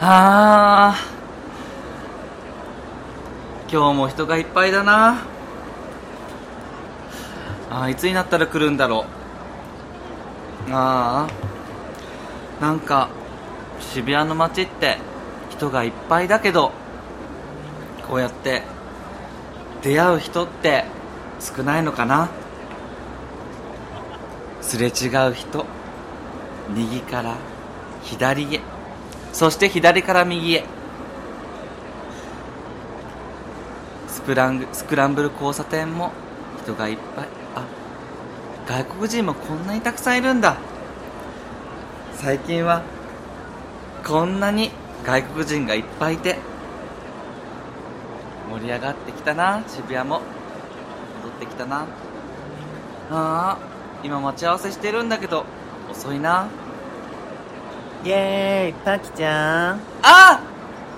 あー今日も人がいっぱいだなあーいつになったら来るんだろうああなんか渋谷の街って人がいっぱいだけどこうやって出会う人って少ないのかなすれ違う人右から左へそして左から右へスプラングスクランブル交差点も人がいっぱいあ外国人もこんなにたくさんいるんだ最近はこんなに外国人がいっぱいいて盛り上がってきたな渋谷も戻ってきたなああ今待ち合わせしてるんだけど遅いなイエーイパキちゃんあ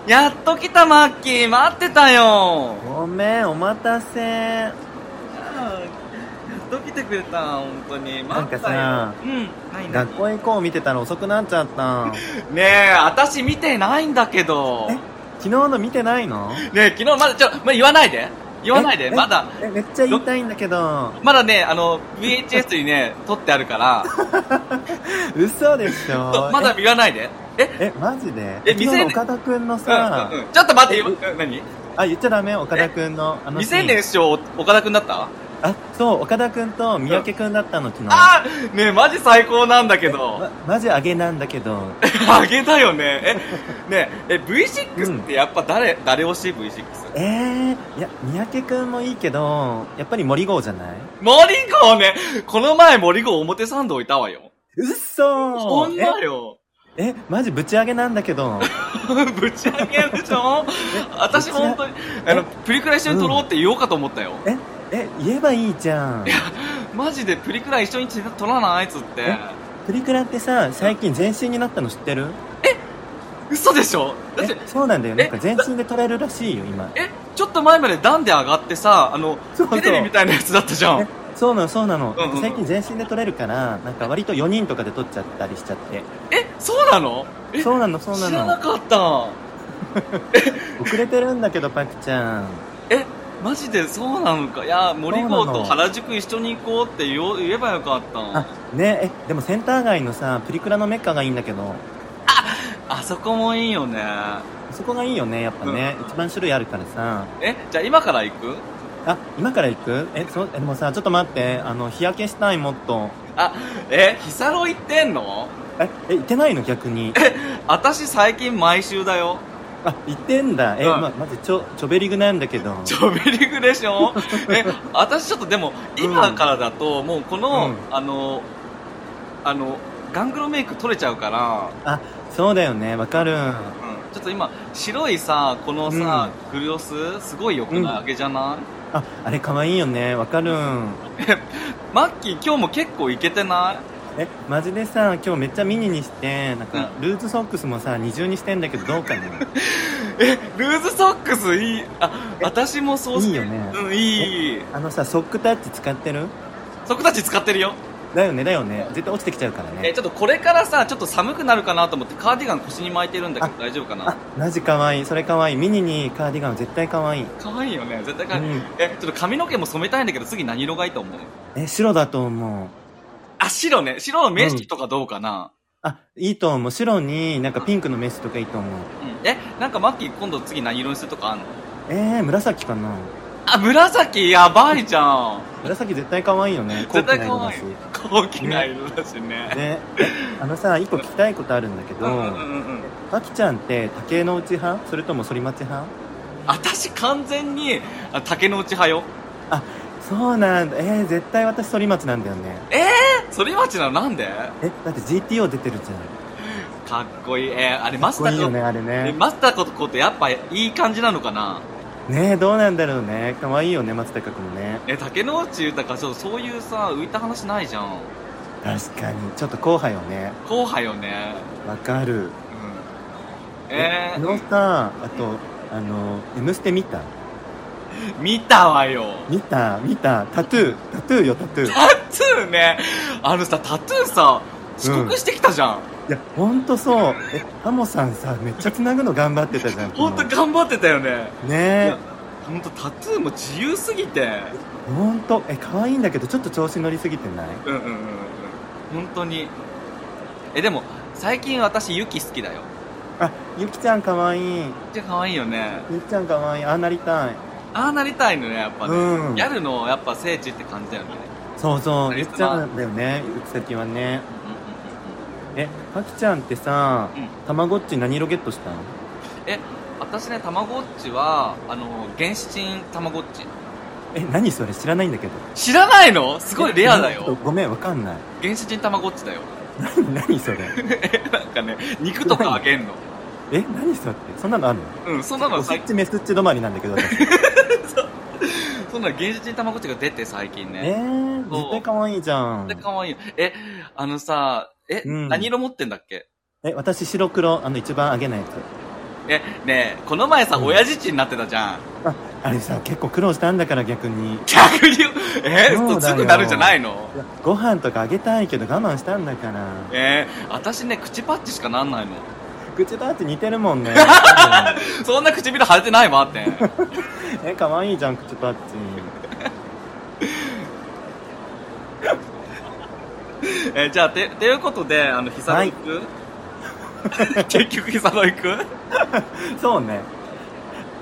やっと来たマッキー待ってたよごめんお待たせやっと来てくれた本当になんかさうん何何学校へ行こう見てたら遅くなっち ゃったねえ私見てないんだけどえ昨日の見てないのねえ昨日まだちょ、まあ、言わないで言わないでえまだえめっちゃ言いたいんだけどまだねあの VHS にね撮ってあるから嘘でしょとまだ言わないでえええマジでえ昨日未の成年岡田くんのさ、うんうんうんちょっと待ってえ今うん何あ言っちゃダメ岡田くんのあの未シーン成年師匠岡田君だったあそう岡田くんと三宅くんだったの昨日あーねえマジ最高なんだけまどマジあげなんだ けどあげたよねえねええ V6 ってやっぱ誰、誰推し V6? えー、いや三宅くんもいいけどやっぱり森郷じゃない森郷ねこの前森郷表参道いたわようっそそんーなよ ええマジぶち上げなんだけどぶち上げるでしょ私本当にあのプリクラ一緒に撮ろうって言おうかと思ったよ、ええ言えばいいじゃんマジでプリクラ一緒に撮らないあいつってえプリクラってさ最近全身になったの知ってる嘘でしょだってえそうなんだよえなんか全身で撮れるらしいよ今えちょっと前まで段で上がってさあのそうそうテレビみたいなやつだったじゃんえそうなのそうなの、んうんうん最近全身で撮れるからなんか割と4人とかで撮っちゃったりしちゃってえそうなのえそうなのそう知らななのかった遅れてるんだけどパクちゃんえマジでそうなのかいや森郷と原宿一緒に行こうって言お言えばよかったああねえでもセンター街のさプリクラのメッカがいいんだけどそこもいいよねそこがいいよねやっぱね、うん一番種類あるからさえじゃあ今から行くあ今から行くえそでもさちょっと待ってあの日焼けしたいもっとあえヒサロ行ってんのええ行ってないの逆に私最近毎週だよあ行ってんだえ、うんまマジちょちょべりぐなんだけどちょびりぐでしょ え私ちょっとでも今からだともうこの、うんあのあのガングロメイク取れちゃうからあそうだよねわかるうんちょっと今白いさこのさ、グロスすごいよくない、うんあげじゃないああれ可愛いよねわかるマッキー今日も結構いけてないえマジでさ今日めっちゃミニにしてなんかうルーズソックスもさ二重にしてんだけどどうか なえルーズソックスいいあえ私もそういいよねうんいいあのさソックタッチ使ってるそこたち使ってるよ、だよねだよね絶対落ちてきちゃうからねえちょっとこれからさちょっと寒くなるかなと思ってカーディガン腰に巻いてるんだけど大丈夫かあなマジ可愛いそれ可愛いミニにカーディガン絶対可愛い可愛いよね絶対可愛い、うんえちょっと髪の毛も染めたいんだけど次何色がいいと思うえ白だと思うあ白ね白のメッシュとかどうかな、あいいと思う白になんかピンクのメッシュとかいいと思ううんえなんかマッキー今度次何色にするとかあんのえー、紫かなあ紫やばいじゃん紫絶対可愛いよね絶対高可愛貴いな色高だ貴な色だしねしねえあのさ一個聞きたいことあるんだけうどんうんうんうんあきちゃんって竹の内派それとも反町派私完全にあ竹の内派よそうなんだえー、絶対私反町なんだよね反町なのなんでえだって GTO 出てるじゃかっこいいえーあれマスんかタっこいいーよと、ねあれえねマスターことことやっぱいい感じなのかなねえどうなんだろうね可愛いよね松高君もねえ竹の内豊ちょっとそういうさ浮いた話ないじゃん確かにちょっと後輩よね後輩よねわかるうんあえのー、さあとあの「M ステ」見た見たわよ見た見たタトゥータトゥーよタトゥータトゥーねあのさタトゥーさ遅刻してきたじゃん、いやほんとそうえタモさんさめっちゃつなぐの頑張ってたじゃん 本当頑張ってたよねいねや本当タトゥーも自由すぎてえほんとえ可愛いんだけどちょっと調子乗りすぎてないうんうんうんうん本当にえでも最近私ユキ好きだよあゆきちゃん可愛いめっちゃ可愛いよねゆきちゃん可愛いああなりたいああなりたいのねやっぱね、うんギャルのやっぱ聖地って感じだよねそうそあうゆりきがちとうなゃんだよね行き先はねえかきちゃんってさうんたまごっち何色ゲットしたのえ私ねたまごっちはあの原始人たまごっちえ何それ知らないんだけど知らないのすごいレアだえちょっよとごめんわかんない 原始人たまごっちだよ 何何それえなんかね肉とかあげんのえ何それってそんなのあるのうんそんなオのス最っちメスっち止まりなんだけど私そんなの原始人たまごっちが出て最近 えねー、そう絶対可愛いじゃんで可愛いよえあのさえ、うん何色持ってんだっけえ私白黒あの一番あげないやつえねえこの前さ、うん親父ちになってたじゃんああれさ結構苦労したんだから逆に逆にえそうだすよぐなるんじゃないのいやご飯とかあげたいけど我慢したんだからえー、私ね口パッチしかなんないの口とあって似てるもん ねそんな唇腫れてないわってんえ可愛いじゃん口パッチえじゃあてていうことであの膝の行く、 結局膝の行くそうね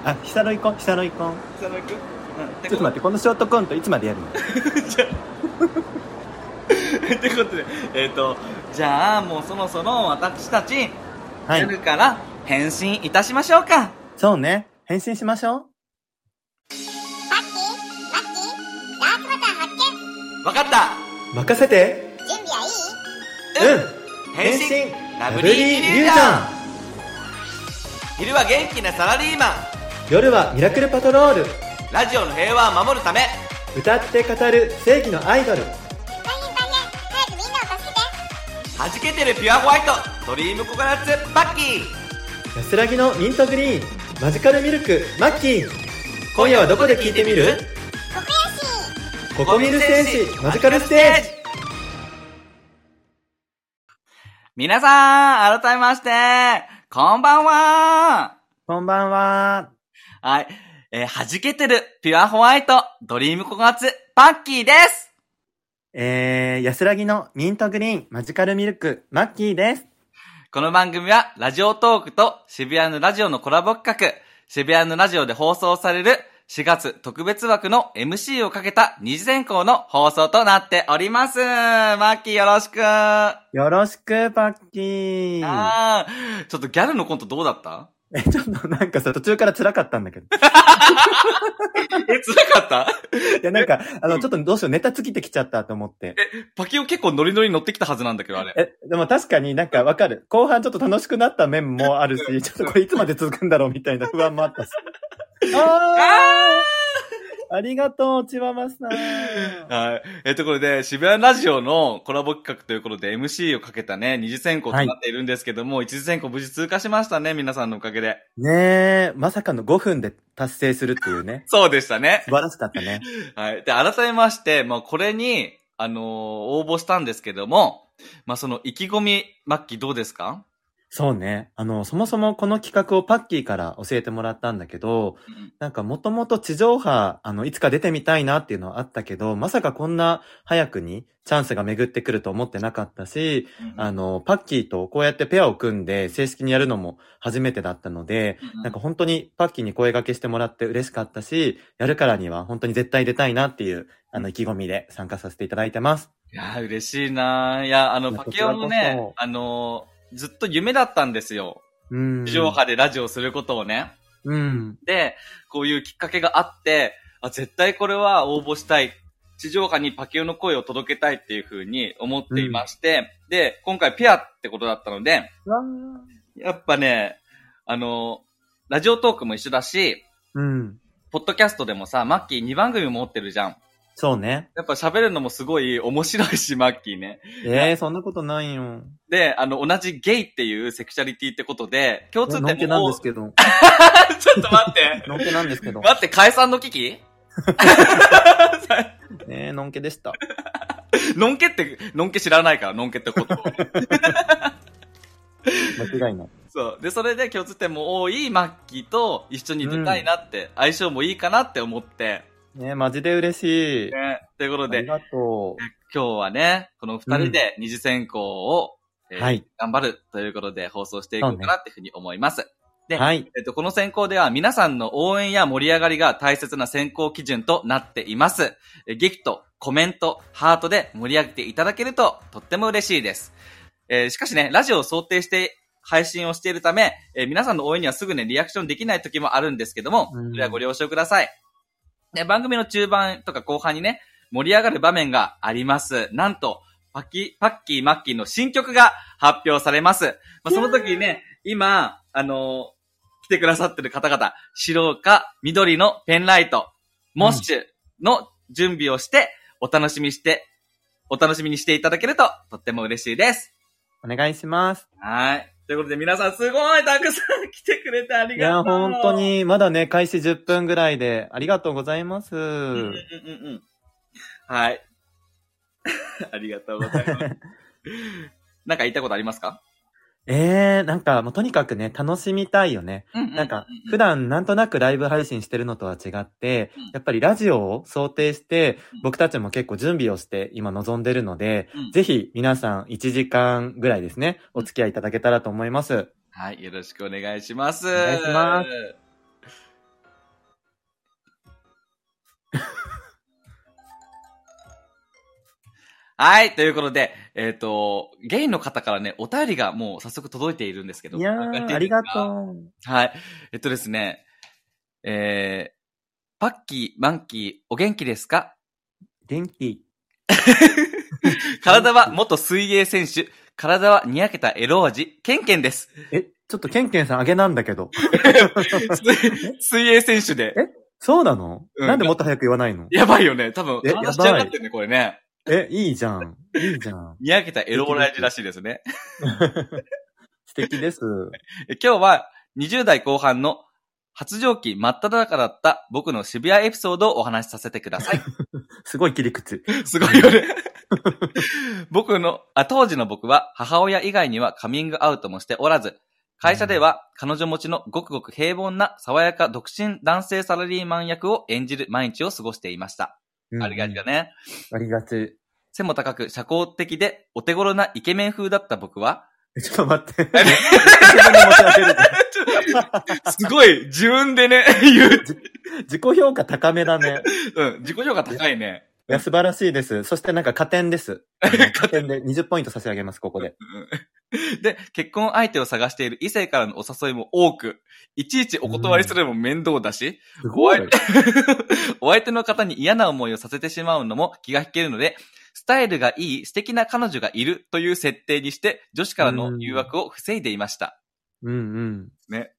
あヒサロ行こうヒサロ行こう膝の行くちょっと待ってこのショートコントいつまでやるのってじゃあってことでえっ、とじゃあもうそろそろ私たち、は夜いから返信いたしましょうかそうね返信しましょうマッキーマッキーダークボタン発見わかった任せて準備はいいうん返信ラブリーイリュージョン昼は元気なサラリーマン夜はミラクルパトロールラジオの平和を守るため歌って語る正義のアイドル大変大変早くみんなを助弾けけててるピュアホワイトドリームココナッツバッキー安らぎのミントグリーンマジカルミルクマッキー今夜はどこで聞いてみるここやしここ見る戦士マジカルステージ皆さん、改めまして、こんばんはこんばんははい、えー弾けてるピュアホワイトドリームココナッツバッキーですえー、安らぎのミントグリーンマジカルミルクマッキーですこの番組は、ラジオトークと渋谷のラジオのコラボ企画、渋谷のラジオで放送される4月特別枠の MC をかけた二次選考の放送となっております。マッキーよろしく、あよろしくパッキーあーちょっとギャルのコントどうだった えちょっとなんかさ途中から辛かったんだけどえ、辛かったいやなんかあのちょっとどうしようネタ尽きてきちゃったと思ってパキオ結構ノリノリに乗ってきたはずなんだけど、あれ。え、でも確かになんかわかる。後半ちょっと楽しくなった面もあるし、ちょっとこれいつまで続くんだろうみたいな不安もあったし。あーありがとう、ちわまさん。はい。えーところで、渋谷ラジオのコラボ企画ということで、MC をかけたね、二次選考となっているんですけども、一次選考無事通過しましたね、皆さんのおかげで。ねえ、まさかの5分で達成するっていうね。そうでしたね素。晴らしかったね。はい。で、改めまして、まあ、これに、あのー応募したんですけども、まあ、その、意気込み、マッキーどうですかそうね。あの、そもそもこの企画をパッキーから教えてもらったんだけど、なんかもともと地上波、あの、いつか出てみたいなっていうのはあったけど、まさかこんな早くにチャンスが巡ってくると思ってなかったし、あの、パッキーとこうやってペアを組んで正式にやるのも初めてだったので、うんなんか本当にパッキーに声掛けしてもらって嬉しかったし、やるからには本当に絶対出たいなっていう、あの、意気込みで参加させていただいてます。いやー、嬉しいなーいや、あの、いやパケオもこちらねこそ、あのーずっと夢だったんですよ。うん。地上。波でラジオすることをね。うん。で、こういうきっかけがあって、あ、絶対これは応募したい。地上波にパケオの声を届けたいっていうふうに思っていまして、で、今回ペアってことだったので、やっぱね、あのーラジオトークも一緒だし、うん。ポッドキャストでもさ、マッキー2番組持ってるじゃん。そうね。やっぱ喋るのもすごい面白いし、マッキーね。えー、そんなことないよ。で、あの、同じゲイっていうセクシャリティってことで、共の通んけ点なんもですけど。多い ちょっと待っ て。のんけなんで すけど。待って、解散の危機えー、のんけでした。 のんけって、のんけ知らないから、のんけってこと。間違いない。そう。で、それで共通点も多いマッキーと一緒に出たいなって、相性もいいかなって思って。ねマジで嬉しい。ね。ということありで、がと今日はね、この二人で二次選考を、えーはい頑張るということで放送していこうかなっていうふうに思います。う。ではい。えっと、この選考では皆さんの応援や盛り上がりが大切な選考基準となっています。えギフト、コメント、ハートで盛り上げていただけるととっても嬉しいです。えーしかしね、ラジオを想定して配信をしているため、えー皆さんの応援にはすぐね、リアクションできない時もあるんですけども、うんそれはご了承ください。で番組の中盤とか後半にね、盛り上がる場面があります。なんと、パキ、パッキー、マッキーの新曲が発表されます。まあ、その時にね、今、あのー来てくださってる方々、白か緑のペンライト、モッシュの準備をして、お楽しみして、お楽しみにしていただけると、とっても嬉しいです。お願いします。はい。ということで皆さんすごいたくさん来てくれてありいがや、とう。本当。に、まだね、開始10分ぐらいで、ありがとうございます。うんうんうんうん。はい。 ありがとうござ います。なんか言ったことありますか、えー、なんか、もうとにかくね、楽しみたいよね。ううなんか、普段なんとなくライブ配信してるのとは違ってうん、やっぱりラジオを想定してうん、僕たちも結構準備をして今望んでるのでうん、ぜひ皆さん1時間ぐらいですね、お付き合いいただけたらと思います。はい、よろしくお願いし ます。お。願いしますはい、ということで、えっ、と、ゲイの方からね、お便りがもう早速届いているんですけど。いやなんかやっー、ていあいでりすかがとう。はい。えっとですね、えー、パッキー、マンキー、お元気ですか元気。体は元水泳選手、体はにやけたエロ味、ケンケンです。え、ちょっとケンケンさんあげなんだ けど。水水泳選手で。そうなの、うんなんでもっと早く言わないのやばいよね。多分、えやば体い仕上がってるね、これね。え、いいじゃん。いいじゃん。にやけたエロライジらしいですね。素敵です。え今日は20代後半の発情期真っ只中だった僕の渋谷エピソードをお話しさせてください。すごい切り口。すごいよね。僕のあ、当時の僕は母親以外にはカミングアウトもしておらず、会社では彼女持ちのごくごく平凡な爽やか独身男性サラリーマン役を演じる毎日を過ごしていました。ありがちだね。ね。ありがち。背も高く社交的でお手頃なイケメン風だった僕は、えちょっと待って。自分で持ち上げるすごい自分でね、言う。 自己評価高めだね。うん、自己評価高いね。いや、素晴らしいです。そしてなんか加点です。加点で20ポイント差し上げます、ここで。で、結婚相手を探している異性からのお誘いも多く、いちいちお断りするのも面倒だし、すごいお相手の方に嫌な思いをさせてしまうのも気が引けるので、スタイルがいい素敵な彼女がいるという設定にして、女子からの誘惑を防いでいました。うんうん。ね。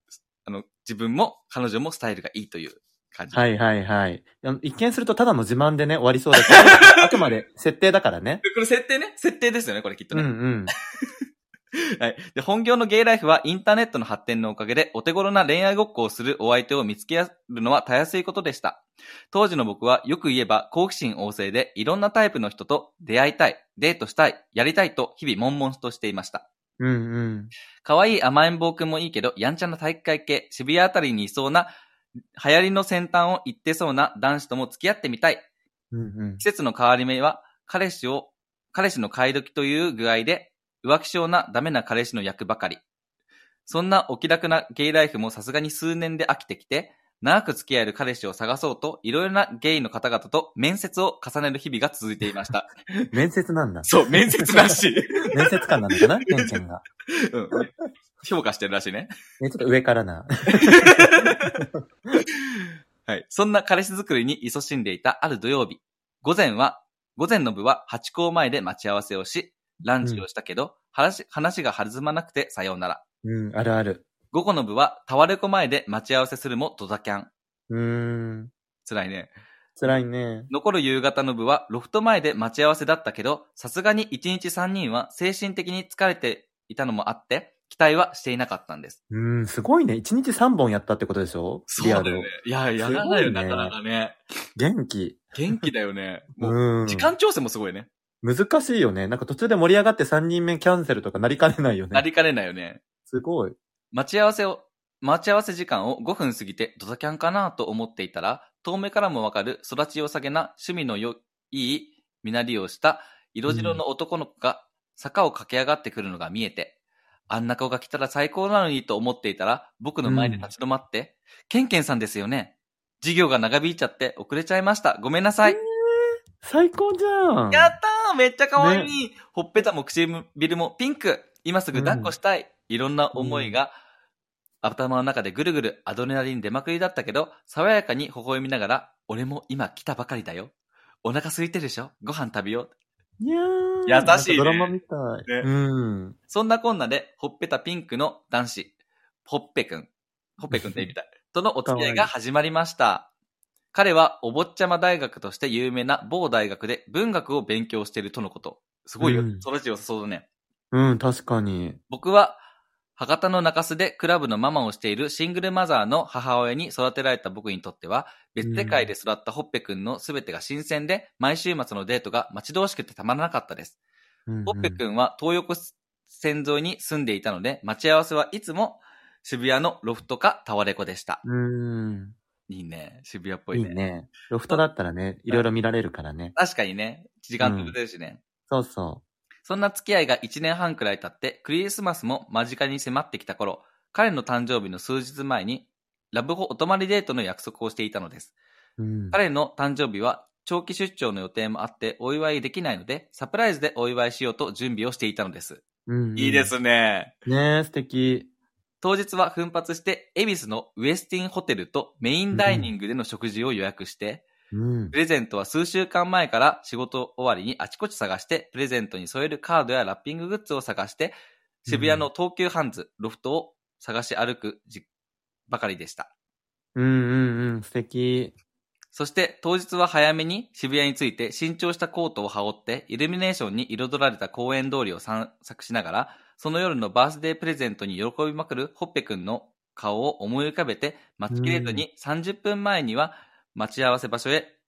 あの、自分も彼女もスタイルがいいという感じ。はいはいはい。あの一見するとただの自慢でね、終わりそうだけど、あくまで設定だから ね。これ設定ね。設定ですよね、これきっとうんね。うん。はい。で、本業のゲイライフはインターネットの発展のおかげでお手頃な恋愛ごっこをするお相手を見つけるのはたやすいことでした。当時の僕はよく言えば好奇心旺盛でいろんなタイプの人と出会いたい、デートしたい、やりたいと日々悶々としていました。うんうん。可愛い甘えん坊くんもいいけど、やんちゃな体育会系、渋谷あたりにいそうな、流行りの先端を行ってそうな男子とも付き合ってみたい。うんうん季。節の変わり目は、彼氏を、彼氏の買い時という具合で、浮気性なダメな彼氏の役ばかり。そんなお気楽なゲイライフもさすがに数年で飽きてきて、長く付き合える彼氏を探そうと、いろいろなゲイの方々と面接を重ねる日々が続いていました。面接なんだ。 そう、面接らしい。面接官なのかなケンちゃんが。 うん評価してるらしいね。ね、ちょっと上からな。はい。そんな彼氏作りに勤しんでいたある土曜日、午前は、午前の部は八校前で待ち合わせをし、ランチをしたけど、話、話が弾まなくてさようなら。うん、あるある。午後の部はタワレコ前で待ち合わせするもドタキャン。うーん。辛いね。辛いね。残る夕方の部はロフト前で待ち合わせだったけど、さすがに1日3人は精神的に疲れていたのもあって、期待はしていなかったんです。うーん、すごいね。1日3本やったってことでしょリアルを。。いや、やらないよ、すごいなねかなかね。元気。元気だよね。もう、うん。時間調整もすごいね。難しいよね。なんか途中で盛り上がって3人目キャンセルとかなりかねないよなね。りかねないよね。すごい。待ち合わせを、待ち合わせ時間を5分過ぎてドタキャンかなと思っていたら、遠目からもわかる育ち良さげな趣味のよいい身なりをした色白の男の子が坂を駆け上がってくるのが見えて、あんな子が来たら最高なのにと思っていたら、僕の前で立ち止まって、ケンケンさんですよね。授業が長引いちゃって遅れちゃいました。ごめんなさい。最高じゃん。やったーめっちゃ可愛い、ほっぺたも唇もピンク今すぐ抱っこしたい、いろんな思いが、頭の中でぐるぐるアドレナリン出まくりだったけど、爽やかに微笑みながら、俺も今来たばかりだよ。お腹空いてるでしょご飯食べよう。いやー優しいねなんかドラマみたい。ねうん。そんなこんなで、ほっぺたピンクの男子、ほっぺくん、ほっぺくんって言い みたい、とのお付き合いが始まりました。彼は、お坊ちゃま大学として有名な某大学で文学を勉強しているとのこと。すごいよ。うん育ち良さそうだね。うん、確かに。僕は、博多の中洲でクラブのママをしているシングルマザーの母親に育てられた僕にとっては、別世界で育ったほっぺくんの全てが新鮮で、毎週末のデートが待ち遠しくてたまらなかったです。うんほっぺくんは東横線沿いに住んでいたので、待ち合わせはいつも渋谷のロフトかタワレコでした。うん。いいね。渋谷っぽいいいね。ね。ロフトだったらね、いろいろ見られるからね。確かにね。時間潰れるしね。そうそそんな付き合いが1年半くらい経って、クリスマスも間近に迫ってきた頃、彼の誕生日の数日前に、ラブホお泊まりデートの約束をしていたのです。う。うん。彼の誕生日は長期出張の予定もあってお祝いできないので、サプライズでお祝いしようと準備をしていたのです。うんうん。ね。ねえ、素敵。当日は奮発して、恵比寿のウェスティンホテルとメインダイニングでの食事を予約して、うんプ。レゼントは数週間前から仕事終わりにあちこち探して、プレゼントに添えるカードやラッピンググッズを探して、渋谷の東急ハンズ、ロフトを探し歩くじばかりでした。うんうんうん、素敵。そして当日は早めに渋谷について新調したコートを羽織ってイルミネーションに彩られた公園通りを散策しながらその夜のバースデープレゼントに喜びまくるほっぺくんの顔を思い浮かべて待ちきれずに30分前には待ち合わせ場所へ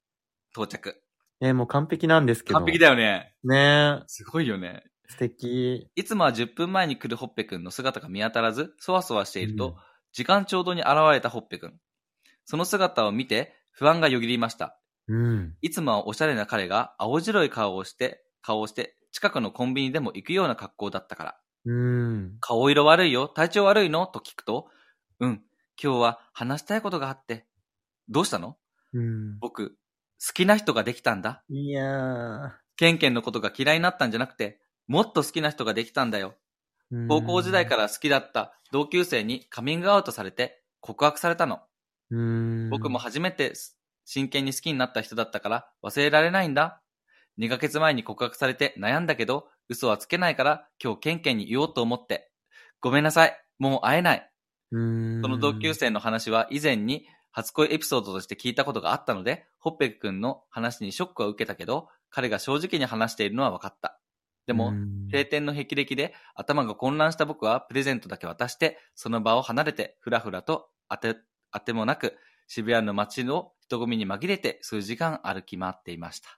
到着。えーもう完璧なんですけど。だよね。ねえ、すごいよね。素敵。いつもは10分前に来るほっぺくんの姿が見当たらず、そわそわしていると、うん時間ちょうどに現れたほっぺくん。その姿を見て不安がよぎりました。うん。いつもはおしゃれな彼が青白い顔をして、顔をして、近くのコンビニでも行くような格好だったから。うん。顔色悪いよ体調悪いのと聞くと、うん、今日は話したいことがあって。どうしたのうん。僕、好きな人ができたんだ。いやー。ケンケンのことが嫌いになったんじゃなくて、もっと好きな人ができたんだよ。うん高校時代から好きだった同級生にカミングアウトされて告白されたの。うん。僕も初めて真剣に好きになった人だったから忘れられないんだ。2ヶ月前に告白されて悩んだけど、嘘はつけないから今日ケンケンに言おうと思って。ごめんなさい。もう会えない。うん、その同級生の話は以前に初恋エピソードとして聞いたことがあったので、ほっぺくんの話にショックは受けたけど、彼が正直に話しているのは分かった。でも、うん晴天の霹靂で頭が混乱した僕はプレゼントだけ渡して、その場を離れて、ふらふらと当て、当てもなく、渋谷の街の人混みに紛れて数時間歩き回っていました。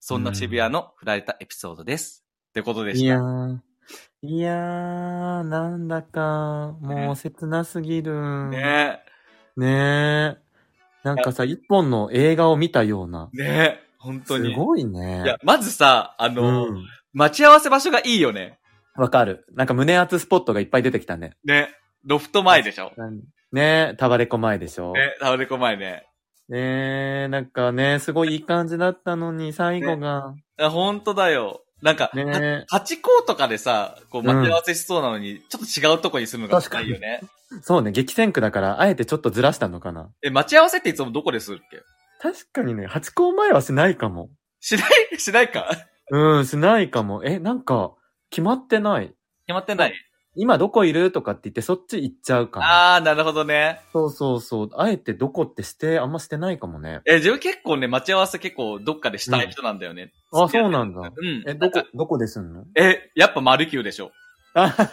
そんな渋谷の振られたエピソードです。ってことでいしやた。ー。いやー、なんだか、もう切なすぎる。ねねえ。なんかさ、一本の映画を見たような。え、ねえ、本当すに。ごいね。いや、まずさ、あの、うん。待ち合わせ場所がいいよね。わかる。なんか胸熱スポットがいっぱい出てきたね。ね。ロフト前でしょ。ねえ、タバレコ前でしょ。ねね、タワレコ前ね。え、なんかね、すごいいい感じだったのに、最後が。あ、本当だよ。なんか、ねえ。ハチ公とかでさ、こう待ち合わせしそうなのに、ちょっと違うとこに住むのが深いよね。そうね、激戦区だから、あえてちょっとずらしたのかな。え、待ち合わせっていつもどこでするっけ確かにね、八公前はしないかも。しない、 しないか決うん、しないかも。え、なんか、決まってない。まってない。今どこいるとかって言って、そっち行っちゃうかも。あー、なるほどね。そうそうそう。あえてどこってして、あんましてないかもね。え、自分結構ね、待ち合わせ結構どっかでしたい人なんだよね。あ、そうなんだ。うん。え、どなんこか、どこですんのえ、やっぱマルキューでしょ。あ、そ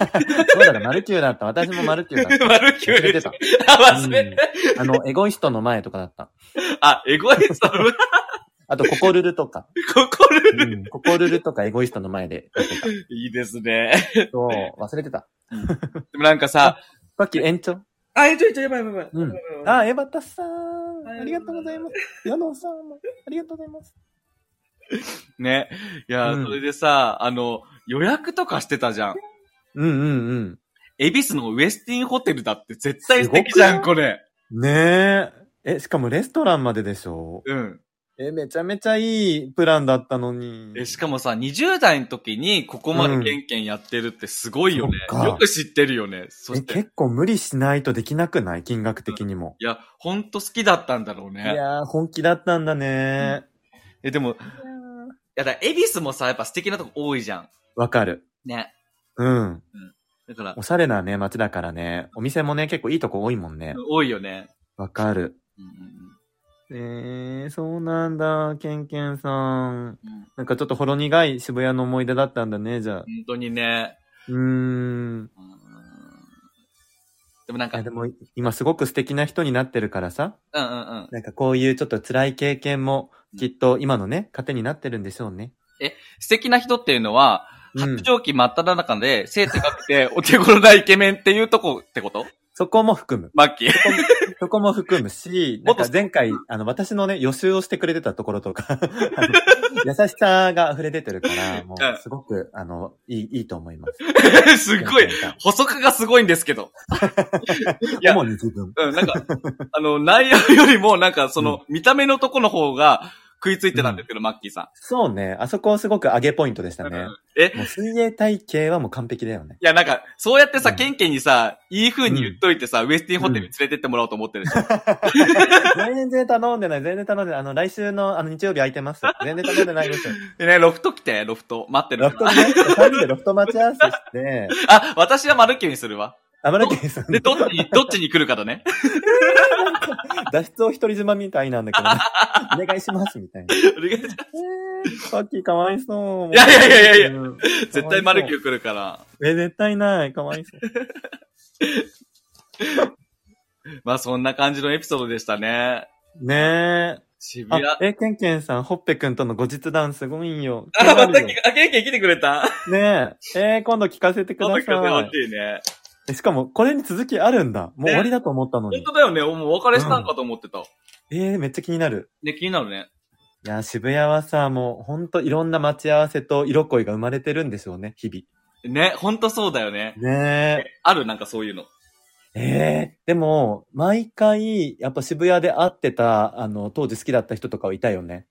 うだね、マルキューだった。私もマルキュ ーだった。マルキュー忘れでてしょた。。あ、忘れて。あの、エゴイストの前とかだった。あ、エゴイストのあと、ココルルとか。ここる。うん、ココルルとかエゴイストの前でやってた。いいですね。そう、忘れてた。でもなんかさ、パッキー延長あ、えちょいちょい、やばいやばいやばい。うんやばいやばいやばいあ、エバタさん。はいありがとうございます。ヤノさんも。ありがとうございます。ね。いやー、うんそれでさ、あの、予約とかしてたじゃん。うんうん恵比寿のウェスティンホテルだって絶対素敵じゃすん、ごこれ。うん。ねえ。え、しかもレストランまででしょうん。え、めちゃめちゃいいプランだったのに。え、しかもさ、20代の時にここまでケンケンやってるってすごいよね。そっかよく知ってるよね。そえして、結構無理しないとできなくない金額的にも。いや、ほんと好きだったんだろういね。やー、本気だったんだね。え、でも、いや、だから恵比寿もさ、やっぱ素敵なとこ多いじゃん。わかる。ね。うん。だからお、しゃれなね、街だからね。お店もね、結構いいとこ多いもんね。多いよね。わかる。うんえー、そうなんだ、ケンケンさん。うんうんうんなんかちょっとほろ苦い渋谷の思い出だったんだね、じゃあ。本当にね。うーん。うんでもなんいか、うやんでも今すごく素敵な人になってるからさ。うんうん。なんかこういうちょっと辛い経験もきっと今のね、糧になってるんでしょうね。素敵な人っていうのは、うん白状期真っ只中で、背高くて、お手頃なイケメンっていうとこってことそこも含む。マッキー。そこも含むし、 なんか前回、あの、私のね、予習をしてくれてたところ とか、あの優しさが溢れ出てるから、もうんう、すごく、あの、いい、いいと思います。 すっごい。なんか細くがすごいんですけど。いや主に自分。うん、なんか、 あの、内容よりも、なんか、その、見た目のとこの方が食いついてたんですけど、マッキーさそうね、あそこすごく上げポイントでしたん。ね。え、いもう水泳体系はもう完璧だよね。や、なんか、そうやってさ、うんケンケンにさ、いい風に言っといてさ、ウェスティンホテルに連れてってもらおうと思ってるでしょ。全然頼んでない、全然頼んでない。あの、来週の、あの、日曜日空いてます。全然頼んでない です。でね、ロフト来て、ロフト。待ってるロかフらトね、3人でロフト待ち合わせ して、あ、私はマルキューにするわ。あまりけさん、で、どっ ちに、どっちに来るかだね。脱出を独り島みたいなんだ けど、ね、お願いします、みたいな。お願いしますえーパッキーかわいそいう。やいやいやいやいやうん絶対マルキュー来るから。え、絶対ない。かわいそう。まあそんな感じのエピソードでしたね。ねえ。渋あ谷。、え、ケンケンさん、ほっぺくんとの後日談すごいんよ。あ、また、あ、ケンねケン来てくれた。え。えー今度聞かせてくこのだ曲ね、さ欲い。しいね。えしかも、これに続きあるんだ。もうね終わりだと思ったの本に当。だよね、もうお別れしたんかと思ってた。えー、めっちゃ気になる。ね、気になるね。いや、渋谷はさ、もう、ほんといろんな待ち合わせと色恋が生まれてるんでしょうね、日ね、ほんとそうだよね。々。ねえ。あるなんかそういうの。ええでも、毎回、やっぱ渋谷で会ってた、あの、当時好きだった人とかはいたよね。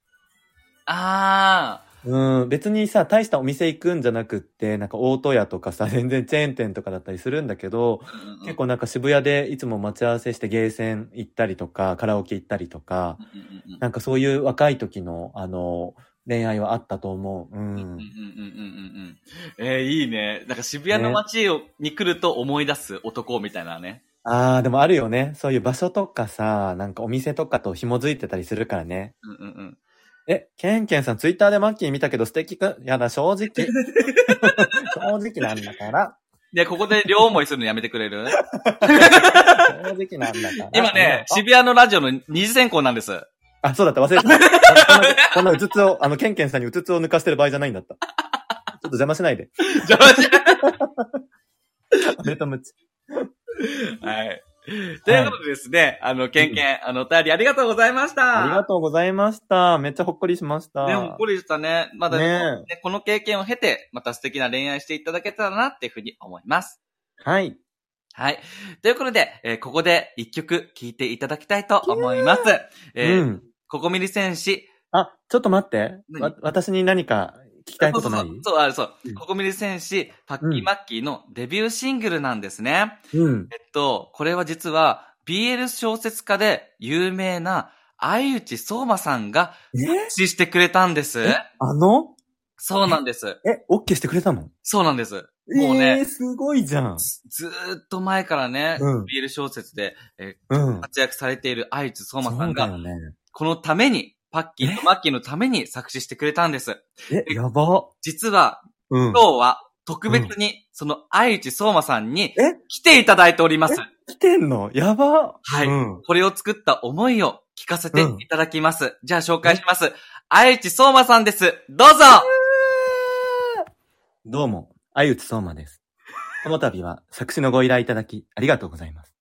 あうん、別にさ、大したお店行くんじゃなくって、なんか大戸屋とかさ、 全然チェーン店とかだったりするんだけど、ー。結構なんか渋谷でいつも待ち合わせしてゲーセン行ったりとか、カラオケ行ったりとか、うんうんうんなんかそういう若い時の、あの、恋愛はあったと思う。ううんうんうんうんうんん。うんうん。えー、いいね。なんか渋谷の街を、に来ると思い出す男みたいなね。あー、でもあるよね。そういう場所とかさ、なんかお店とかと紐づいてたりするからね。うんうんうん。え、ケンケンさん、ツイッターでマッキー見たけど素敵かやだ、正直。正直なんだから。で、ここで両思いするのやめてくれ る正直なんだから。今ね、あ渋谷のラジオの二次選考なんです。あ、そうだった、忘れてた。こんなこんなうつつを、あの、ケンケンさんにうつつを抜かしてる場合じゃないんだった。ちょっと邪魔しないで。じゃあおめでとうむち。はい。ということでですね、あの、ケンケン、あの、お便りありがとうございました。ありがとうございました。めっちゃほっこりしました。ね、ほっこりしたね。まだねねこの経験を経て、また素敵な恋愛していただけたらなっていうふうに思います。はい。はい。ということで、えーここで一曲聴いていただきたいと思います。えーうん。ここみり戦士。あ、ちょっと待って。何わ私に何か聞きたいことないそうそうそう、そうあそうう。んここみり戦士、パッキうーんマッキーのデビューシングルなんですね。うん。えっと、これは実は BL 小説家で有名な相内相馬さんがえ作詞してくれたんです。あのそうなんです。え、オッケーしてくれたのそうなんです。もうねえー、すごいじゃん。ずずーっと前からね、うん BL 小説で、えうんー。活躍されている相内相馬さんそうだが、よね。このために、パッキーえとマッキーのために作詞してくれたんです。え、やば。実は、うん。今日は特別に、その相内相馬さんにえ来ていただいております。来てんのやば。はいうん。これを作った思いを聞かせていただきます。じゃあ紹介します。あゆちそうまさんです。どうぞどうも、あゆつそうまです。この度は作詞のご依頼いただき、ありがとうございます。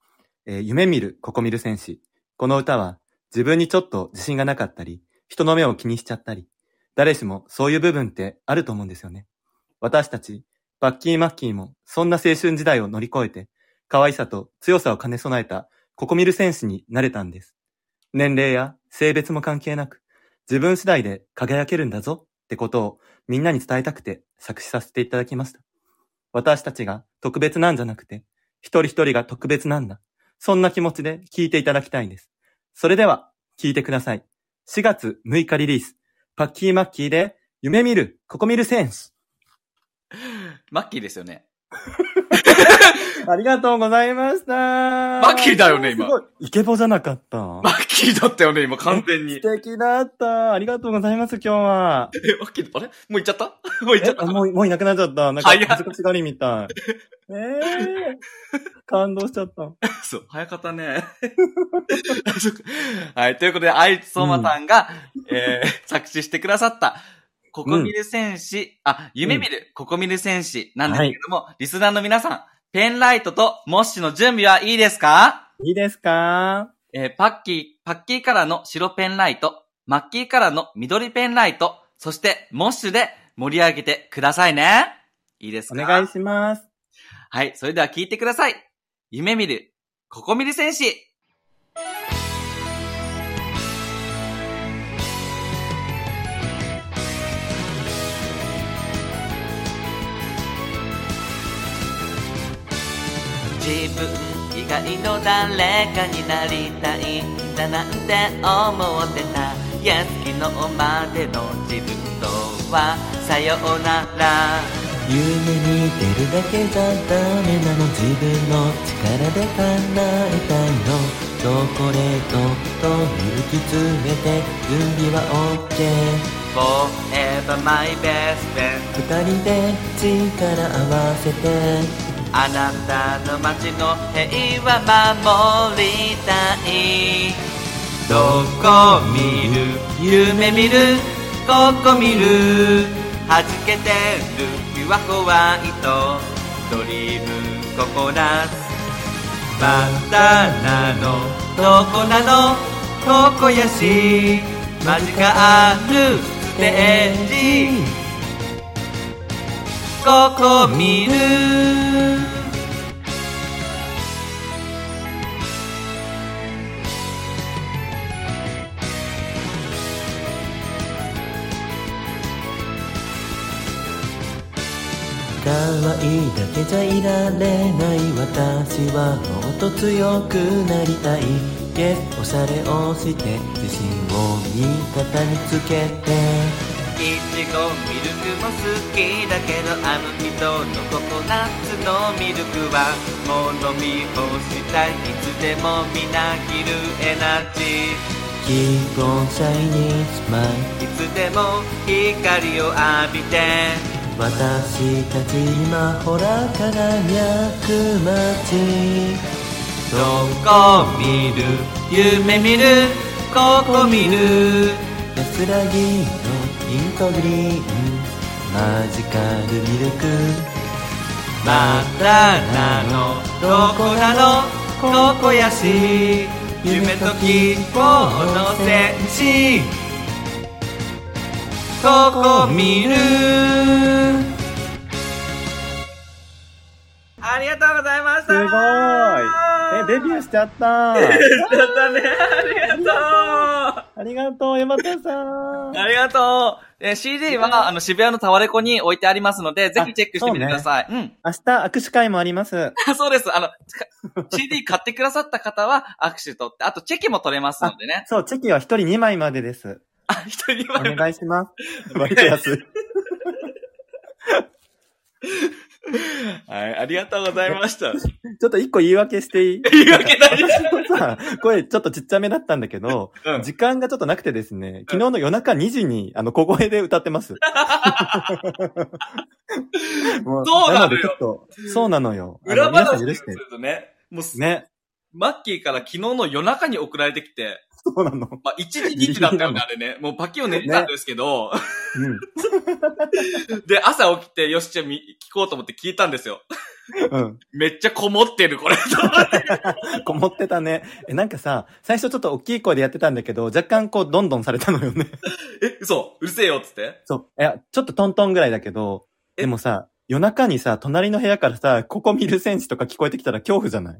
えー夢見る、ここ見る戦士。この歌は、自分にちょっと自信がなかったり、人の目を気にしちゃったり、誰しもそういう部分ってあると思うんですよね。私たち、バッキー・マッキーも、そんな青春時代を乗り越えて、可愛さと強さを兼ね備えた、ここ見る戦士になれたんです。年齢や性別も関係なく、自分次第で輝けるんだぞってことをみんなに伝えたくて作詞させていただきました。私たちが特別なんじゃなくて、一人一人が特別なんだ。そんな気持ちで聴いていただきたいです。それでは、聴いてください。4月6日リリース、パッキーマッキーで、夢見る、ここ見る戦士。マッキーですよね。ありがとうございました。マッキーだよね今すごい。イケボじゃなかった。マッキーだったよね、今、完全に素。敵だった。ありがとうございます、今日は。え、マッキー、あれもう行っちゃったもう 行っちゃえっ、あたもう、もういなくなっちゃった。なんか、早い恥ずかしがりみたい。ええ感動しちゃった。そう、早かったね。 そっかはい、ということで、あいつ相馬さんが、えー、作詞してくださった、ここ見る戦士、あ、夢見る、ここ見る戦士なんですけれども、リスナーの皆さん、ペンライトとモッシュの準備はいいですかいいですかえーパッキー、パッキーからの白ペンライト、マッキーからの緑ペンライト、そしてモッシュで盛り上げてくださいね。いいですおか願いします。はい、それでは聞いてください。夢見る、ここ見る戦士。自分以外の誰かになりたいんだなんて思ってたや昨日までの自分とはさようなら夢見てるだけじゃダメなの自分の力で叶えたいのチョコレートとミルク詰めて準備は OK Forever my best friend 二人で力合わせてあなたの街の平和守りたいどこ見る夢見るここ見るはじけてるピュアホワイトドリームココナッツバナナのどこなのここやし間近あるステージここ見る可愛いだけじゃいられない私はもっと強くなりたい Yes おしゃれをして自信を味方につけていちごミルクも好きだけどあの人のココナッツのミルクはもう飲み干したいいつでもみなぎるエナジー Keep on shining smile いつでも光を浴びて私たち今ほら輝く街どこ見る夢見るここ見る安らぎのイントグリーンマジカルミルクまたなのどこなのここやし夢と希望の戦士ここ見るありがとうございましたすごい。え、デビューしちゃった。あだったねありがとうりがとう、山田さん。ありがとうえー CD は、あの、渋谷のタワレコに置いてありますので、ぜひチェックしてみてください。うん。明日握手会もあります。あ そうです。あの、か CD 買ってくださった方は握手取って、あとチェキも取れますのでね。そう、チェキは一人2枚までです。 あ、一人にお願い します。割と安い。はい、ありがとうございました。ちょっと一個言い訳して いい言い訳ないです私もさ、声ちょっとちっちゃめだったんだけど、うん 時間がちょっとなくてですね、昨日の夜中2時に、あの、小声で歌って ます。もそうなのよでちょっと、そうなのよ。あの裏皆さ話んを許すしてる。とね、もうす、ね。マッキーから昨日の夜中に送られてきて、そうなの。まあ、1時2時だったよね、あれ ね。もうパキを寝てたんですけど、うん。で、朝起きて、よしちゃんみ聞こうと思って聞いたんですよ。うん。めっちゃこもってる、これ。 こもってたね。え、なんかさ、最初ちょっと大きい声でやってたんだけど、若干こう、どんどんされたのよね。え、嘘、うるせえよ、っつって。そう。いや、ちょっとトントンぐらいだけど、えでもさ、夜中にさ、隣の部屋からさ、ここ見るセンチとか聞こえてきたら恐怖じ ゃない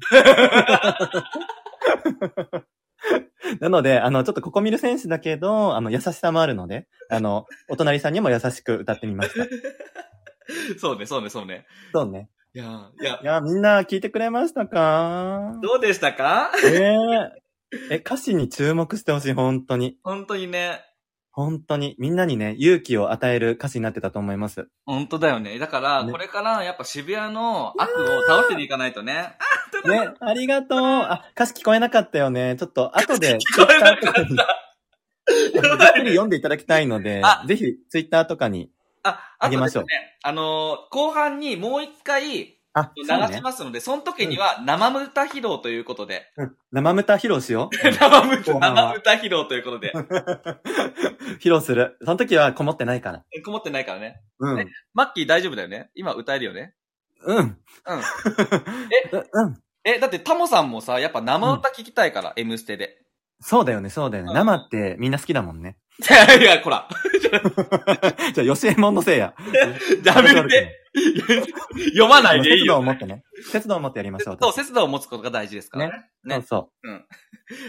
なので、あの、ちょっとここ見るセンチだけど、あの、優しさもあるので、あの、お隣さんにも優しく歌ってみました。そうね、そうね、そうね。そうね。いやー、いやい、や、みんな聞いてくれましたかどうでしたかえーえ、歌詞に注目してほしい、本当に。本当にね。本当に。みんなにね、勇気を与える歌詞になってたと思います。本当だよね。だから、ねこれからやっぱ渋谷の悪を倒していかないとね。ね、ありがとう。あ、歌詞聞こえなかったよね。ちょっと後で、聞こえなかったツイッターとかにじっくり読んでいただきたいのであ、ぜひツイッターとかに。あ、ああとげでますしょねう、あのー後半にもう一回あ、流そうしね。ますので、その時には生歌披露ということで。うん生歌披露しよ生歌後半は生歌披露ということで。う。 披露する。その時はこもってないから。えこもってないからね。うん。マッキー大丈夫だよね今歌えるよね うん。うんえ、うん。え、だってタモさんもさ、やっぱ生歌聞きたいから、M ステで。 そうだよね、そうだようね。ん生ってみんな好きだもんね。 いやいや、こ ら。じゃあ、吉右衛門のせいや。やめて。 読まないでいい節度よを。持ってね。節度を持ってやりましょう。そう、節度を持つことが大事ですからね。ねそう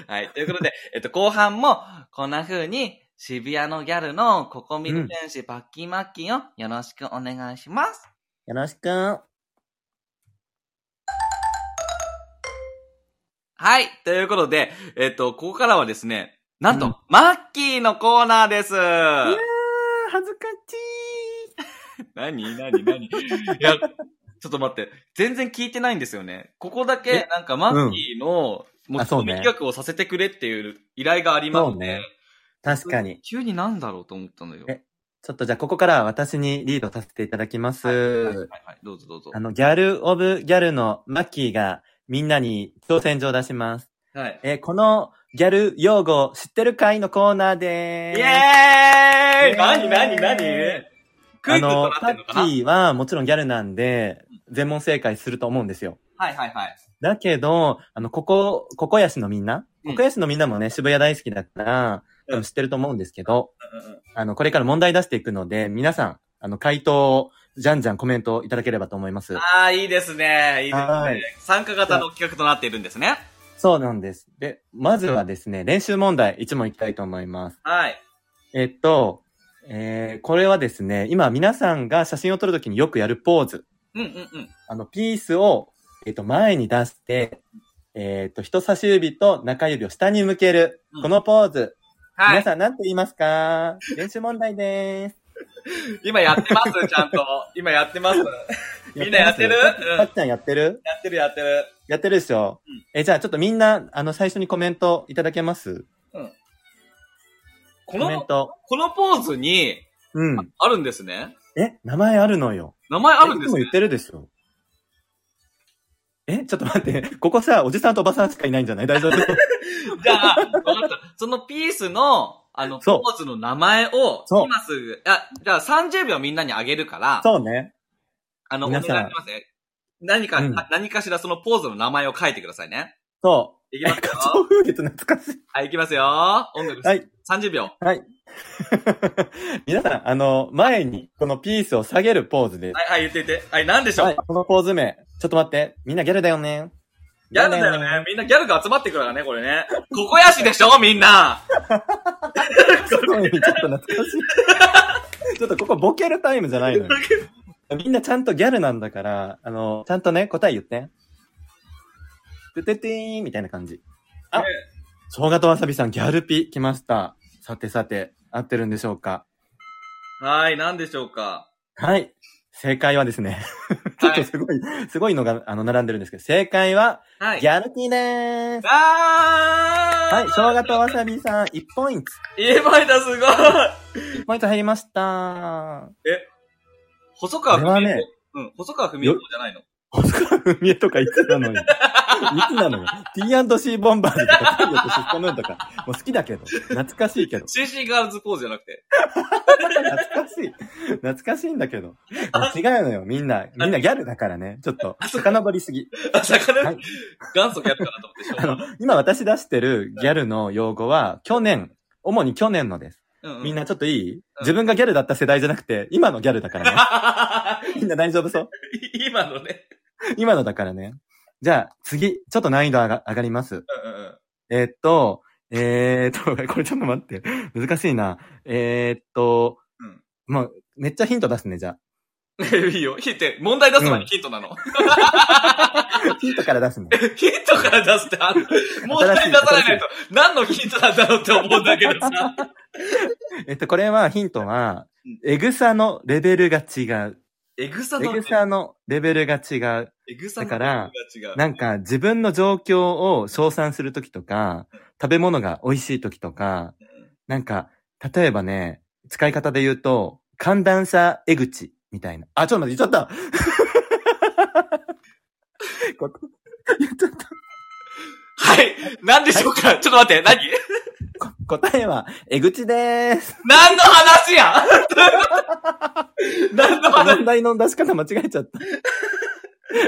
そはい。ということで、 えっと、後半も、こんな風に、渋谷のギャルのここ見る天使、パッキーマッキーをよろしくお願いします。う。よろしく。はい。ということで、えっと、ここからはですね、なんと、うんマッキーのコーナーです。いやー、恥ずかしい。何何何 いや、ちょっと待って。全然聞いてないんですよね。ここだけえ、なんか、マッキーの、もう、あそうね企画をさせてくれっていう依頼がありますそうね。確かに。急になんだろうと思ったのよ。えちょっとじゃあここからは私にリードさせていただきます。はいはいはいはい。どうぞどうぞあ。の、ギャルオブギャルのマッキーがみんなに挑戦状を出します。はい。えーこのギャル用語知ってるかいのコーナーでイーす。エーイイ何何何えクイあズとなの、っパてんのかなッキーはもちろんギャルなんで、全問正解すると思うんですよ。はいはいはい。だけど、あの、ここ、ここやしのみんな、うんここやしのみんなもね、渋谷大好きだから、うん多分知ってると思うんですけど、うんうんあの、これから問題出していくので、皆さん、あの、回答を、じゃんじゃんコメントをいただければと思います。ああ、いいですね。いいですはいね。参加型の企画となっているんですね。そうなんです。で、まずはですね、練習問題、一問いきたいと思います。はい。えっと、えー、これはですね、今皆さんが写真を撮るときによくやるポーズ。うんうんうん。あの、ピースを、えっと、前に出して、えっと、人差し指と中指を下に向けるうん。このポーズ。は皆い。さん何て言いますか練習問題でーす。今やってます、 ちゃんと。今やってます。 みんなやってるますうんさっちゃんやってるやってるやってる。やってるでしょ、うんえ、じゃあちょっとみんな、あの、最初にコメントいただけますこコメンの、ト。このポーズに、うん。あるんですね。え、名前あるのよ。名前あるんでいつすもね言っ。てるでしょ。え、ちょっと待って。 ここさ、おじさんとおばさんしかいないんじゃない大 丈夫じゃあ、わかった。そのピースの、あの、そうポーズの名前を、そう今すぐ、あ、じゃあ30秒みんなにあげるから、そうね。あの、お願皆いしさんますね。何か、うんあ何かしらそのポーズの名前を書いてくださいね。 そ。いう きますよ花。鳥風月懐かしい。はい、いきますよ。音楽、はい。 30秒。ははい。皆さん、あの、前に、このピースを下げるポーズです。い、はい、言って言って。はい、何でしょう、はい。このポーズ名。ちょっと待って。みんなギャルだよね。ギャルだよね。。みんなギャルが集まってくるからね、これね。ここやしでしょみん な。すごい、ちょっと懐かし い。ちょっとここボケるタイムじゃないのよ。みんなちゃんとギャルなんだから、あの、ちゃんとね、答え言って。てててーんみたいな感じ。あね、生姜とわさびさん、ギャルピ来ました。さてさて、合ってるんでしょうかはい、何でしょうかはい。正解はですね。ちょっはとい。すごい、すごいのが、あの、並んでるんですけど、正解は、はい。ギャルピでーす。あーはい、生姜とわさびさん、1ポイント。言えばいだ、すごい。 1ポイント入りました。細川こ文れ夫、はねうん、細川文夫じゃないの。細川文江とかいつなのよ。いつなのよ。T&C ボンバーズとか、太陽とシスコムーンとか、もう好きだけど、懐かしいけど、 CC ガールズコーズじゃなくて。懐かしい。懐かしいんだけど。違うのよ、みんな。みんなギャルだからね。ちょっと、遡りすぎ。あ、魚、はい元祖ギャルかなと思ってしょあの、今私出してるギャルの用語は、去年、主に去年のです。うう。みんな。なちょっといい自分がギャルだった世代じゃなくて、今のギャル だからね。みんな大丈夫そう今のね。今のだからね。じゃあ、次、ちょっと難易度上が上がります。うんうんうん。えーっと、えーっと、こ れちょっと待って。難しいな。えーっと、うんもう、めっちゃヒント出すね、じゃえ いいよ。ヒント、問題出す前にヒントなの。あ。ヒントから出 すね。ヒントから出すってある。問題出さないと、何のヒントなんだろうって思うんだけどさ。 えっと、これは、ヒントはうん、エグさのレベルが違う。エグさエの、グさのレベルが違う。エグさのだからレベルが違う。 なんか、自分の状況を称賛するときとか、食べ物が美味しいときとか、なんか、例えばね、使い方で言うと、寒暖差エグチみたいな。あ、ちょっと待って、言っちゃったここ言っちゃったはい。何でしょうか、ちょっと待って、何こ答えは、エグチでー す。何の話 や何の話問題の出し方間違えちゃ った。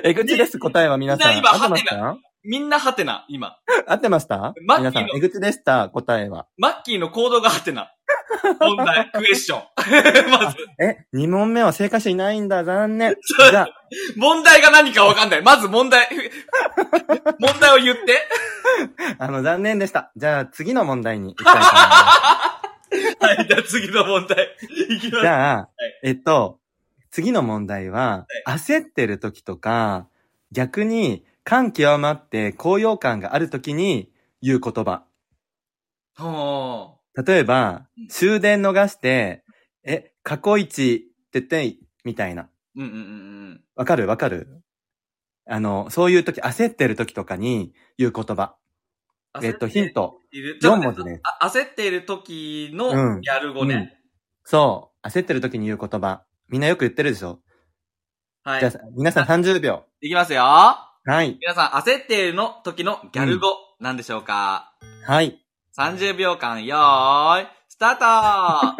エグチです、答えは皆さん。みんな今合ってましたみんなハテナ、今。合ってましたマッキーの皆さん、エグチでした、答えは。マッキーの行動がハテナ。問題、クエスチョン。 まず、え、2問目は正解者いないんだ、残 念。そうじゃあ、問題が何かわかんない。まず問題、問題を言って。あの、残念でした。じゃあ、次の問題に行きたいと思いま。はい、じゃあ次の問題。いきますす。じゃあ、えっと、次の問題は、焦ってる時とか、逆に感極まって高揚感がある時に言う言葉。は例えばうん、終電逃して、え、過去一ってってい、みたいな。あ。うんうんうんわかるわかるあの、そういう時、焦ってる時とかに言う言葉。うん。えっと、ヒント。いる。 4文字ね。あ焦っている時うのんギャル語ね。そう。焦ってる時に言う言葉。みんなよく言ってるでしょはいじゃ。あ、皆さん30秒。いきますよ。はい。皆さん、焦っているの時のギャル語、なんでしょうかはい。 30秒間、よーい、スタ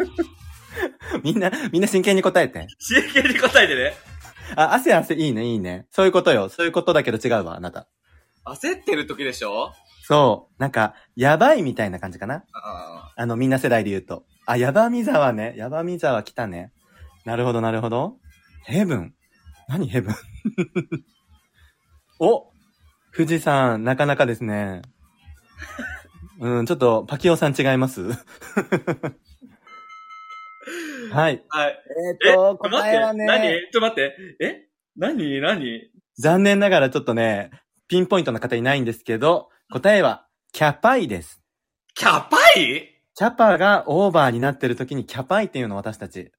ー トみんな、みんな真剣に答えて。真剣に答えてね。あ、汗汗、いいね、いいね。そういうことよ。そういうことだけど違うわ、あなた。焦ってる時でしょそう。なんか、やばいみたいな感じかな。ああの、みんな世代で言うと。あ、やばみざわね。やばみざわ来たね。なるほど、なるほど。ヘブン。何ヘブン お富士山、なかなかですね。うん、ちょっと、パキオさん違います。 はい。ーはい。えっちょと、っと待っ答てえは、ね。何ちょっと待って。え何何残念ながらちょっとね、ピンポイントな方いないんですけど、答えは、キャパイです。キャパイキャパがオーバーになってる時にキャパイっていうの私たち。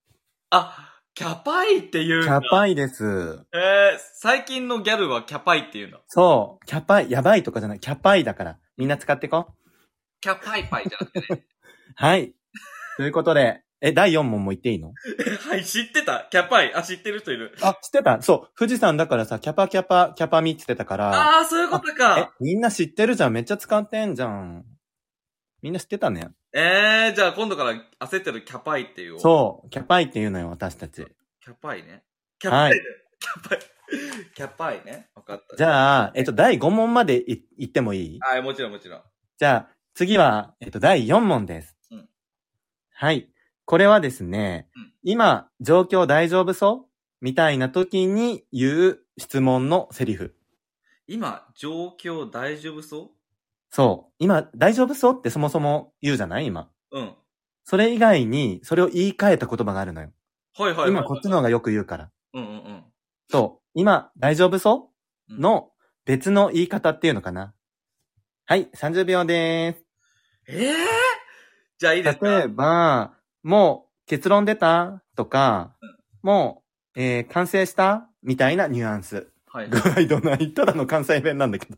あ、キャパイっていキうんだャパイです。えー、最近のギャルはキャパイっていうの。そう、キャパイ、やばいとかじゃない、キャパイだから。みんな使ってこ。キャパイパイじゃなくてね。はい。ということで、え、第4問も言っていいの はい、知ってた。キャパイ。あ、知ってる人いる。あ、知ってたそう、富士山だからさ、キャパキャパ、キャパミって言ってたから、ああー、そういうことえか。、みんな知ってるじゃん、めっちゃ使ってんじゃん。みんな知ってたね。えー、じゃあ今度から焦ってるキャパイっていう。う。そう、キャパイっていうのよ、私たち。キャパイね。キャパイ、はいキャパイ。 キャパイね。わかった。じゃあ、えっと、第5問までい行ってもいいはい、もちろんもちろん。じゃあ、次は、えっと、第4問です。うんはい。これはですね、うん今、状況大丈夫そうみたいな時に言う質問のセリフ。今、状況大丈夫そそう。今、大丈夫そうってそもそも言うじゃない今。ううん。それ以外に、それを言い換えた言葉があるのよ。はいはいはい。今、こっちの方がよく言うから。うんうんうん。そう。今、大丈夫そうんうの別の言い方っていうのかな。はい、30秒でーす。ええー、じゃあいいですか例えば、もう結論出たとか、もう、えー完成したみたいなニュアンス。はい。 具合どないただの関西弁なんだけど。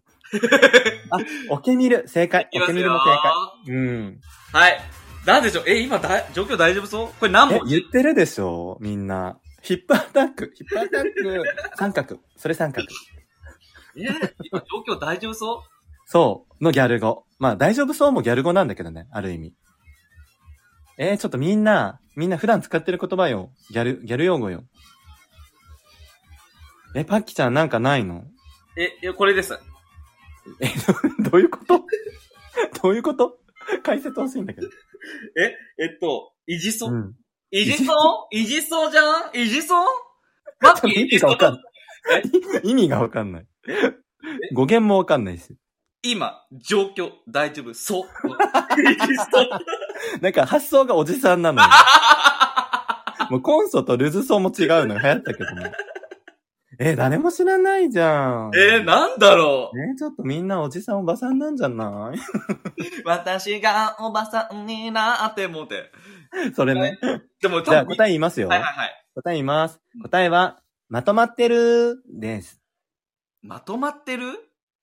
あ、おけみる、正解。いきおまけすみるよも正解。うん。はい。なんでしょうえ、今だい、状況大丈夫そうこれ何え問、言ってるでしょみんな。一ヒップアタック、ヒップアタック、三角、それ三角。え今状況大丈夫そそう、のギャル語。まあ、大丈夫そうもギャル語なんだけどね、ある意味。えー、ちょっとみんな、みんな普段使ってる言葉よ。ギャル、ギャル用語よ。え、パッキちゃんなんかないの うえ、いやこれです。え、どどういうことどういうこと解説欲しいんだけど。え、えっと、イジソうん。イジソイジソじゃんイジソマッキー意味がわかんない。意味がわかんない。語源もわかんないし。今、状況大丈夫そう。イジソなんか発想がおじさん なのよ。もうコンソとルズソも違うのが流行ったけどね。えー、誰も知らないじゃん。えー、なんだろねちょっとみんなおじさんおばさんなんじゃな いう私がおばさんになってもうて。それね。でも多じゃあ分、答え言いますよ。はいはいはい。答え言います。答えは、まとまってるです。まとまってる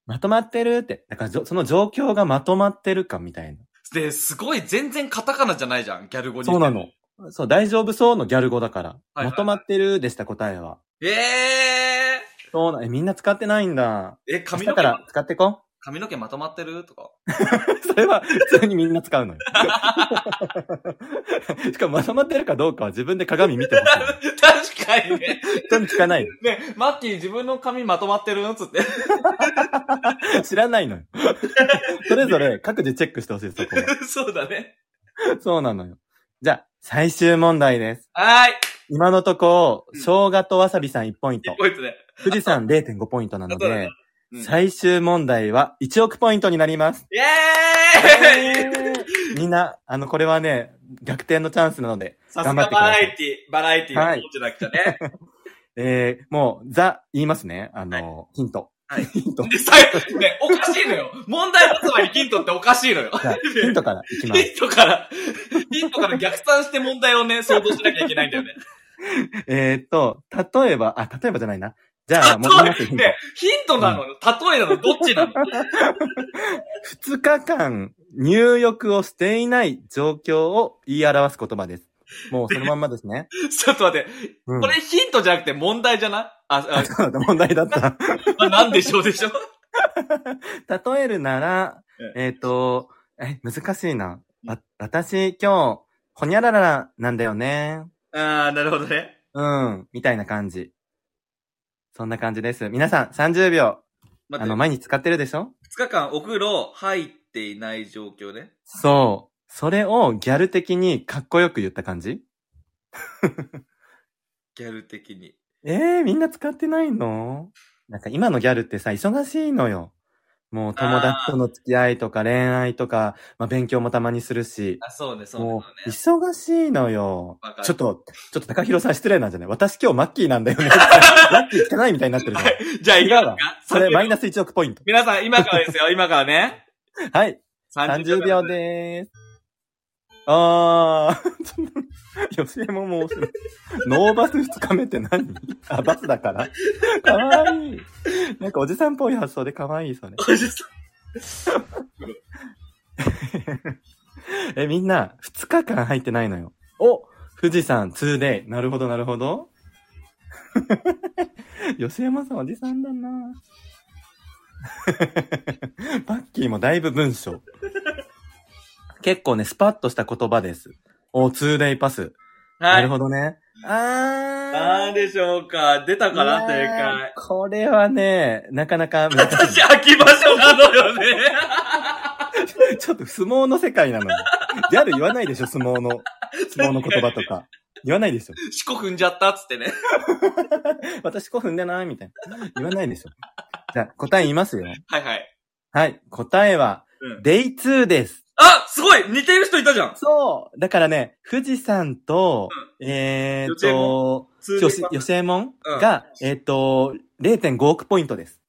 まとまってるって。だからじょその状況がまとまってるかみたいな。で、すごい全然カタカナじゃないじゃん、ギャル語に。そうなの。。そう、大丈夫そうのギャル語だから。はいはいまとまってるでした答えは。ええそうな、えみんな使ってないんだ。ー、え、明日髪のか毛、ら使ってこ。髪の毛まとまってるとか。 それは普通にみんな使うのよ。しかもまとまってるかどうかは自分で鏡見てほしい。確かにね。人に聞かないの。ね、マッキー自分の髪まとまってるつって。 知らないのよ。それぞれ各自チェックしてほしい、そこは。そうだね。そうなのよ。じゃあ、最終問題です。はーい。今のとこ、生姜とわさびさん1ポイント、こいつね。富士山0.5ポイントなのあそうだで、うん最終問題は1億ポイントになります。イエーイみんな、あの、これはね、逆転のチャンスなので、さすが頑バ張ってくだラさエい。ティ、バラエティのコーチだけじゃね。えー、もう、ザ、言いますね。あの、ヒント。はい ヒント。で、最後、ね、おかしいのよ。問題のつまりヒントっておかしいのよ。じゃあヒントから いきます。ヒントから、ヒントから逆算して問題をね、想像しなきゃいけないんだよね。 えーっと、例えば、あ、例えばじゃないな。じゃあ、もう言いますよ、ヒ ント。ね、ヒントなのよ。例えなのどっちなの2日間入浴をしていない状況を言い表す言葉です。もうそのまんまです ね。ちょっと待って。うん、これヒントじゃなくて問題じゃないあ、そうだ問題だった。あ、なんでしょうでしょ 例えるなら、えっ、と、え、難しいな。わ、私今日、ほにゃらららなんだよね。あー、なるほどね。うん、みたいな感じ。そんな感じです。皆さん、30秒。待あっての、、毎日使ってるでしょ2日間お風呂入っていない状況ね。そう。それをギャル的にかっこよく言った感じギャル的に。ええみんな使ってないのなんか今のギャルってさ、忙しいのよ。もう友達との付き合いとか恋愛とか、まあ勉強もたまにするし、あ、そうね、そうねもそううね。忙しいのよわか。るちょっと、ちょっと高弘さん失礼なんじゃない私今日マッキーなんだよ ね。マッキー汚いみたいになってるじゃ ん。じゃあ、いきます違うわかそれ30秒マイナス1億ポイント。皆さん、今からですよ、今からね。 はい、30秒で。でーす。あー、 ちょっと、よしえももう、ノーバス2日目って何あ、バスだから。かわいい。なんかおじさんっぽい発想でかわいい、それ。 え、みんな、2日間入ってないのよ。お富士山 2day。なるほど、なるほど。 吉山さんおじさんだな パッキーもだいぶ文章。結構ね、スパッとした言葉です。お、2day パス。 は。ないるほどね。あなんでしょうか出たー。かな正いやー解。 これはね、なかなか難しい。私、秋場所なのよね。 ちょっと相撲の世界なのよ。ギャル言わないでしょ、相撲の。相撲の言葉とか。言わないでしょ。四股踏んじゃったっつってね。 私5分でないみたいな。言わないでしょ。じゃあ、答え言いますよ。はいはい。はい。答えはう、ん Day2 です。あすごい似てる人いたじゃんそうだからね、富士山と、えーっと、吉右衛門吉吉右衛門うんが、えーっと、0.5億ポイントです。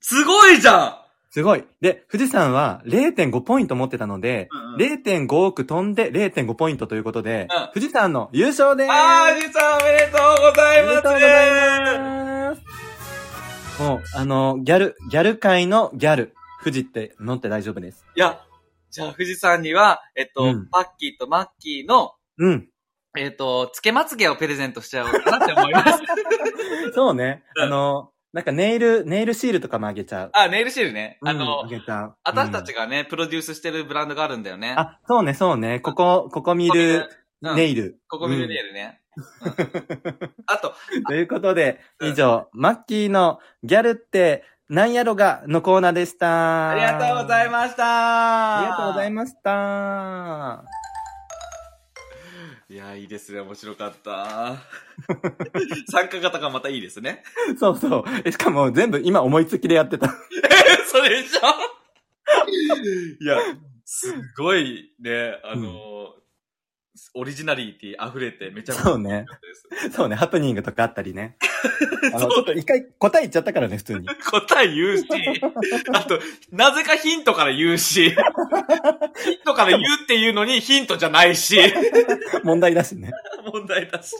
すごいじゃんすごい。で、富士山は0.5ポイント持ってたので、うんうん0.5億飛んで0.5ポイントということで、うん富士山の優勝ですあー、じさんおめでとうござあいますます。もう、あの、ギャル、ギャル界のギャル、富士って乗って大丈夫です。いや、じゃあ、富士山には、えっと、うんパッキーとマッキーの、うん。えっ、と、つけまつげをプレゼントしちゃおうかなって思い ます。そうね。うんあの、なんかネイル、ネイルシールとかもあげちゃう。あ、ネイルシールね。あの、うんあげちゃう。私たうちがね、プロデュースしてるブランドがあるんだよね。ん、あ、そうね、そうね。ここ、ここ見るうんネイル。ここ見るネイルね。 うんあと、ということで、以上、マッキーのギャルってなんやろがのコーナーでした。ありがとうございす。ましたありがとうございまました。す。いや、いいですね。面白かった。 参加型がまたいいですね。 そうそう。えしかも全部今思いつきでやってた。それでしょ いや、すごいね、あの、オリジナリティ溢れてめちゃめちゃそうね。そうね、ハプニングとかあったり ね。あの、ちそょうっと一回答え言っちゃったからね、普通 に。答え言うし、あと、なぜかヒントから言うし、ヒントから言うっていうのにヒントじゃないし、問題だしね。問題だし。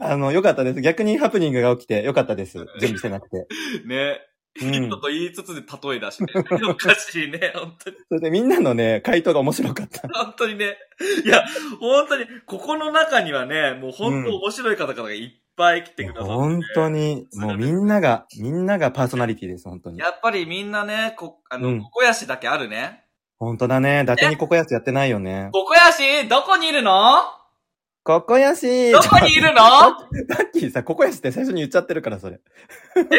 あの、よかったです。逆にハプニングが起きてよかったです。準備してなくて。ね。うん ヒントと言いつつで例えだしね。おかしいね。本当に、それでみんなのね、回答が面白かった。本当にね。いや、本当に、ここの中にはね、もう本うん当面白い方々がいっぱい来てくださって。本当に、もうみんなが、みんながパーソナリティです、本当に。やっぱりみんなね、こ、あの、うんここやしだけあるね。本当だね。伊達にここやつやってないよね。ここやし、どこにいるのここやし どこにいるのさっきさ、ここやしって最初に言っちゃってるから、それ。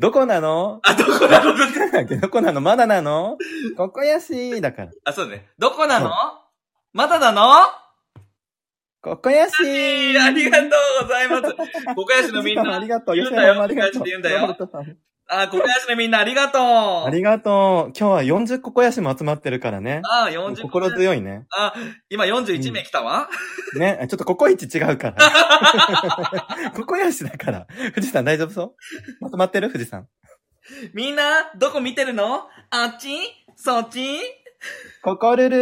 どこなの あ、どこなのなんだっけどこなのまだなのここやしだから。あ、そうね。どこなのうんまだなのここやしありがとうござ います。ここやしのみんあなり。がとう。言う吉んだよ山もありがとう。言うんだよロバートさんあ、ここやしのみんなありがとう。あありがとう。今日は40ここやしも集まってるからね。あ、40心強いね。あ、今41名来たわ。ね、ちょっとココイチ違うから。 ココヤシだから。富士山大丈夫そうまとまってる富士山。みんな、どこ見てるのあっちそっちココルル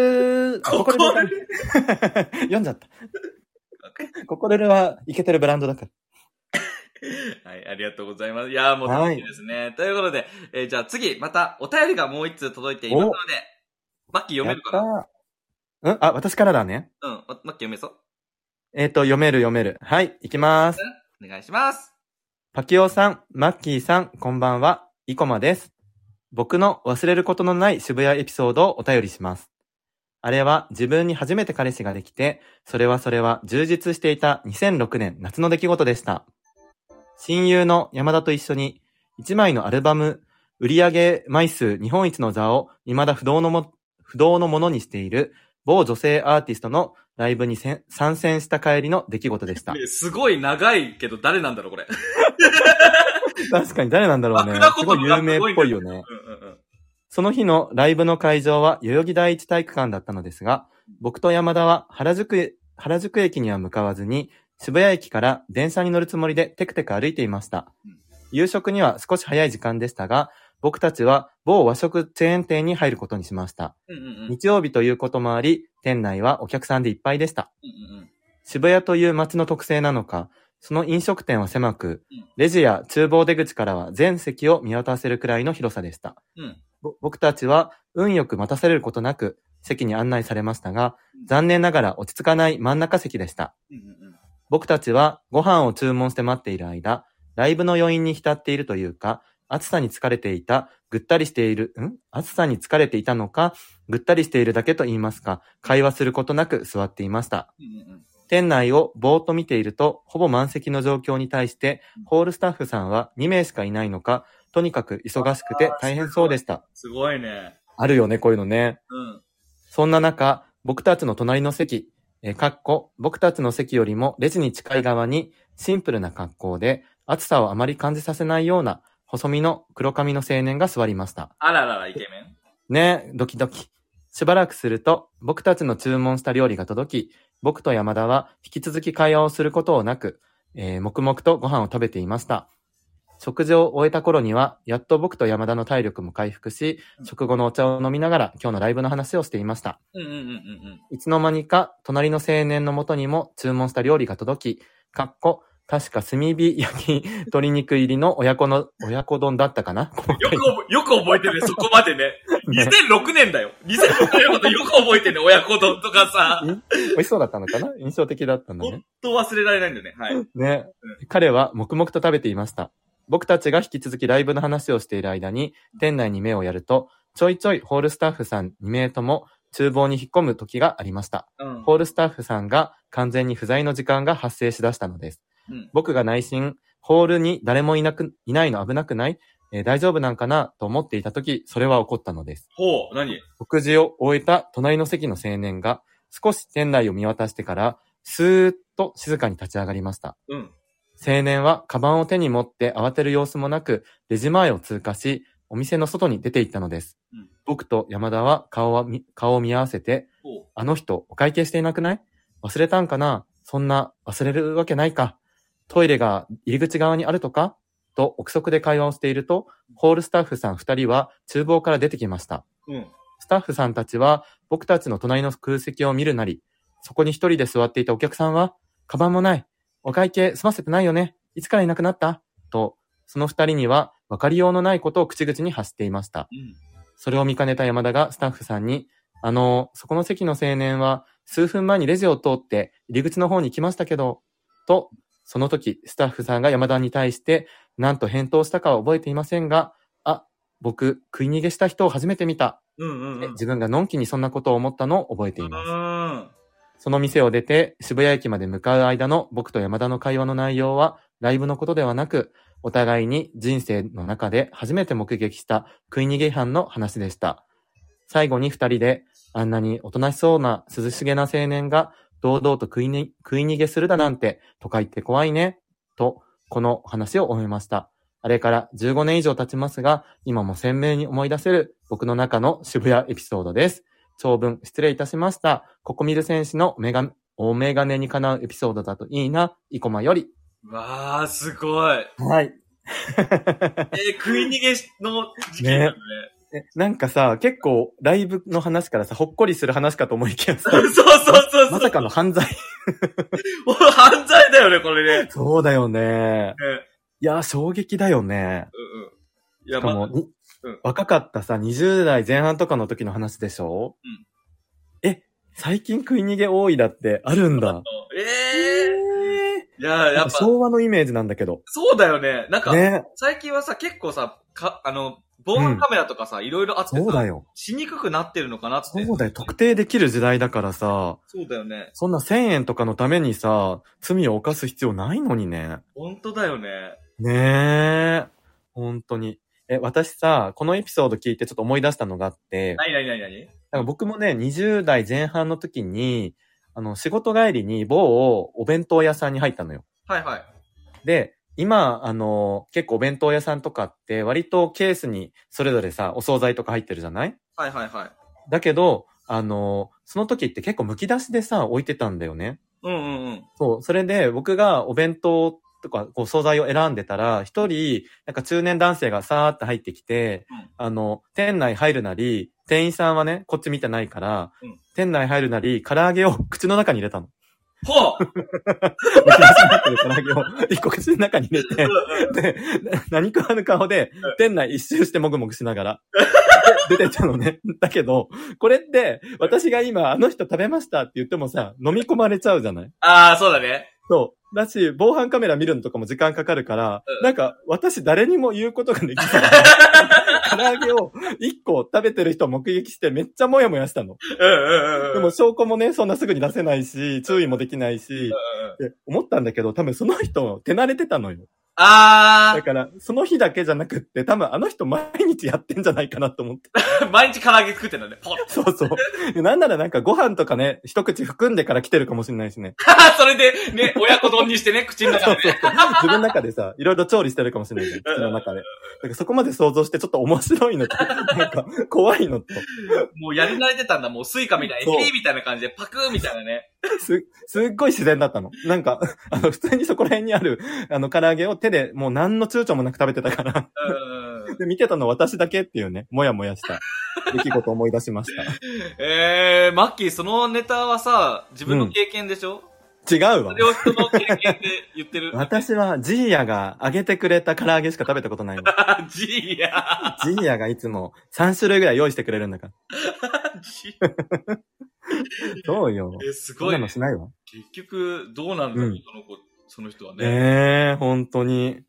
ー。あココルルー 読んじゃった。ココルルはイケてるブランドだから。はい、ありがとうございます。いやーもう楽しいですね。ということで、えーじゃあ次、またお便りがもう一通届いていますので、マッキー読めるかなやったーうんあ、私からだね。うん、マッキー読めそうえっ、と、読める読める。はい、行きます。お願いします。パキオさん、マッキーさん、こんばんは、イコマです。僕の忘れることのない渋谷エピソードをお便りします。あれは自分に初めて彼氏ができて、それはそれは充実していた2006年夏の出来事でした。親友の山田と一緒に、1枚のアルバム、売上枚数日本一の座を未だ不動のも、不動のものにしている某女性アーティストのライブにせん参戦した帰りの出来事でした。ねすごい長いけど、誰なんだろう、これ。確かに誰なんだろうね。枕す言ごい葉が有すごい名ねっぽいよね。うんうんうん。その日のライブの会場は代々木第一体育館だったのですが、僕と山田は原宿へ、原宿駅には向かわずに、渋谷駅から電車に乗るつもりでテクテク歩いていましたうん。夕食には少し早い時間でしたが、僕たちは某和食チェーン店に入ることにしました。うんうんうん。うん日曜日ということもあり、店内はお客さんでいっぱいでした。うんうん渋谷という街の特性なのか、その飲食店は狭くうん、レジや厨房出口からは全席を見渡せるくらいの広さでした。うんぼ僕たちは運よく待たされることなく席に案内されましたがうん、残念ながら落ち着かない真ん中席でした。うんうんうん。僕たちはご飯を注文して待っている間、ライブの余韻に浸っているというか、暑さに疲れていた、ぐったりしている、ん暑さに疲れていたのか、ぐったりしているだけと言いますか、会話することなく座っていました。うんうんうん。店内をぼーっと見ていると、ほぼ満席の状況に対してうん、ホールスタッフさんは2名しかいないのか、とにかく忙しくて大変そうでした。すごいね。あるよね、こういうのね。うん。そんな中、僕たちの隣の席、えー、かっこ、僕たちの席よりもレジに近い側に、シンプルな格好で、暑さをあまり感じさせないような、細身の黒髪の青年が座りました。あららら、イケメン。ねえ、ドキドキ。しばらくすると、僕たちの注文した料理が届き、僕と山田は引き続き会話をすることをなく、えー黙々とご飯を食べていました。食事を終えた頃には、やっと僕と山田の体力も回復し、食後のお茶を飲みながら今日のライブの話をしていました。うんうんうんうんうん。いつの間にか、隣の青年のもとにも注文した料理が届き、かっこ、確か炭火焼き 鶏肉入りの親子の、親子丼だったかな 細かよいく覚え、よく覚えてね、そこまでね。ね2006年だよ。2006年のことよく覚えてね、親子丼とかさ。美味しそうだったのかな印象的だったんだ本ね。当忘れられないんだよね。はい。ね。彼は黙々と食べていました。僕たちが引き続きライブの話をしている間に、店内に目をやると、ちょいちょいホールスタッフさん2名とも厨房に引っ込む時がありました。うん。ホールスタッフさんが完全に不在の時間が発生しだしたのです。うん僕が内心、ホールに誰もいなく、いないの危なくない、えー大丈夫なんかなと思っていた時、それは起こったのです。ほう、何食事を終えた隣の席の青年が、少し店内を見渡してから、スーッと静かに立ち上がりました。うん。青年はカバンを手に持って慌てる様子もなく、レジ前を通過し、お店の外に出て行ったのです。うん僕と山田は顔は見顔を見合わせて、ほう。あの人、お会計していなくない忘れたんかなそんな、忘れるわけないか。トイレが入り口側にあるとかと憶測で会話をしていると、ホールスタッフさん二人は厨房から出てきました。うん。スタッフさんたちは僕たちの隣の空席を見るなり、そこに一人で座っていたお客さんは、カバンもない。お会計済ませてないよね。いつからいなくなったと、その二人には分かりようのないことを口々に発していました。うん。それを見かねた山田がスタッフさんに、あの、そこの席の青年は数分前にレジを通って入り口の方に来ましたけど、と、その時、スタッフさんが山田に対して、なんと返答したかは覚えていませんが、あ、僕、食い逃げした人を初めて見た。うんうんでうん。自分がのんきにそんなことを思ったのを覚えています。うん。その店を出て渋谷駅まで向かう間の僕と山田の会話の内容はライブのことではなく、お互いに人生の中で初めて目撃した食い逃げ違反の話でした。最後に二人であんなにおとなしそうな涼しげな青年が堂々と食いに食い逃げするだなんて都会って怖いね、とこの話を終えました。あれから15年以上経ちますが、今も鮮明に思い出せる僕の中の渋谷エピソードです。長文失礼いたしました。ココミル選手のメガ、おメガネにかなうエピソードだといいな、イコマより。わー、すごい。はい。えー、食い逃げの事件だね。なんかさ、結構、ライブの話からさ、ほっこりする話かと思いきやさ、 そうそうそうそまう。さかの犯罪。もう犯罪だよね、これね。そうだよね。うんいや、衝撃だよね。うんうん。いや、しかも、まにうん若かったさ、20代前半とかの時の話でしょうんえ、最近食い逃げ多いだってあるんだ。ええー。いや、やなんっかぱ、昭和のイメージなんだけど。そうだよね。なんか、ね。最近はさ、結構さ、か、あの、防犯カメラとかさ、いろいろあってそうださ、よ。しにくくなってるのかなって。そうだよ。特定できる時代だからさ、そうだよね。そんな1000円とかのためにさ、罪を犯す必要ないのにね。本当だよね。ねえ。本当に。え、私さ、このエピソード聞いてちょっと思い出したのがあって、なになになになになんか僕もね、20代前半の時に、あの、仕事帰りに某お弁当屋さんに入ったのよ。はいはい。で、今、あの、結構お弁当屋さんとかって割とケースにそれぞれさ、お惣菜とか入ってるじゃないはいはいはい。だけど、あの、その時って結構剥き出しでさ、置いてたんだよね。うんうんうん。そう、それで僕がお弁当とか、こう、惣菜を選んでたら、一人、なんか中年男性がさーって入ってきて、うんあの、店内入るなり、店員さんはね、こっち見てないから、うん店内入るなり、唐揚げを 口の中に入 れたの。ほう 剥き出しになってる唐揚げを 一個口の中に入れて、で、何食わぬ顔で、店内一周してもぐもぐしな がら、で出てったのね。だけど、これって、私が今、あの人食べましたって言ってもさ、飲み込まれちゃうじゃないああ、そうだね。そう。だし、防犯カメラ見るのとかも時間かかるから、うんなんか、私誰にも言うことが できない。唐揚げを1個食べてる人を目撃してめっちゃモヤモヤしたの。うんうんうんうん。でも証拠もね、そんなすぐに出せないし、注意もできないし、うんうんって思ったんだけど、多分その人、手慣れてたのよ。あだから、その日だけじゃなくって、多分あの人毎日やってんじゃないかなと思って。あ、 毎日唐揚げ作ってんだ ね。ポンそうそう。でなんならなんかご飯とかね、一口含んでから来てるかもしれないしね。それで、ね、親子丼にしてね、口の中そうで。そうそう。 自分の中でさ、いろいろ調理してるかもしれないじゃん、口の中で。だからそこまで想像してちょっと面白いのと、なんか 怖いのと、もうやり慣れてたんだ、もうスイカみたいな、そうエビみたいな感じで、パクーみたいなね。す、すっごい自然だったの。なんか、あの、普通にそこら辺にある、あの、唐揚げを手でもう何の躊躇もなく食べてたから、 うんうん。で見てたの私だけっていうね、もやもやした出来事を思い出しました。えー、マッキー、そのネタはさ、自分の経験でしょ、違うわ。そ。れを人の経験で言ってる私はジーヤが揚げてくれた唐揚げしか食べたことないの。 あ、ジーや。ジーヤがいつも3種類ぐらい用意してくれるんだ から。ジそうよ。ーえ、すそんごないのね。しないわ。結局、どうなんだろう、うんその子、その人はね。ねえ、本当に。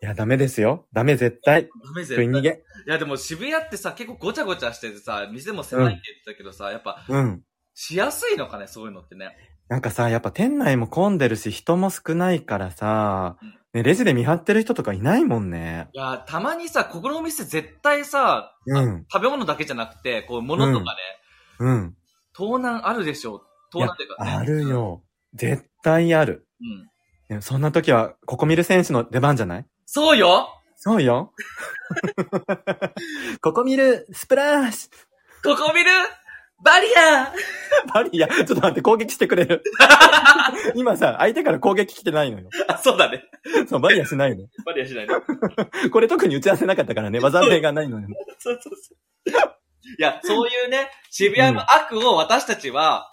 いや、ダメですよ。ダメ、絶対。ダメ食い絶逃対。いげ。や、でも渋谷ってさ、結構ごちゃごちゃしててさ、店も狭いって言ってたけどさ、やっぱ、うん。しやすいのかね、そういうのってね。なんかさ、やっぱ店内も混んでるし、人も少ないからさ、ね、レジで見張ってる人とかいないもんね。いや、たまにさ、ここのお店絶対さ、うん。食べ物だけじゃなくて、こう、物とかね、うん。盗難あるでしょう。盗難っていうか、ね。あるよ。絶対ある。うん。ねそんな時は、ここ見る選手の出番じゃないそうよそ うよ。ここ見る、スプラッシここ見るバリアーュバリア、ちょっと待って、攻撃してくれ る。今さ、相手から攻撃来てないのよ。あ、そうだね。そう、バリアしないの。バリアしないね。 これ特に打ち合わせなかったからね、技名がないのよ。そうそうそう。いや、そういうね、渋谷の悪を私たちは、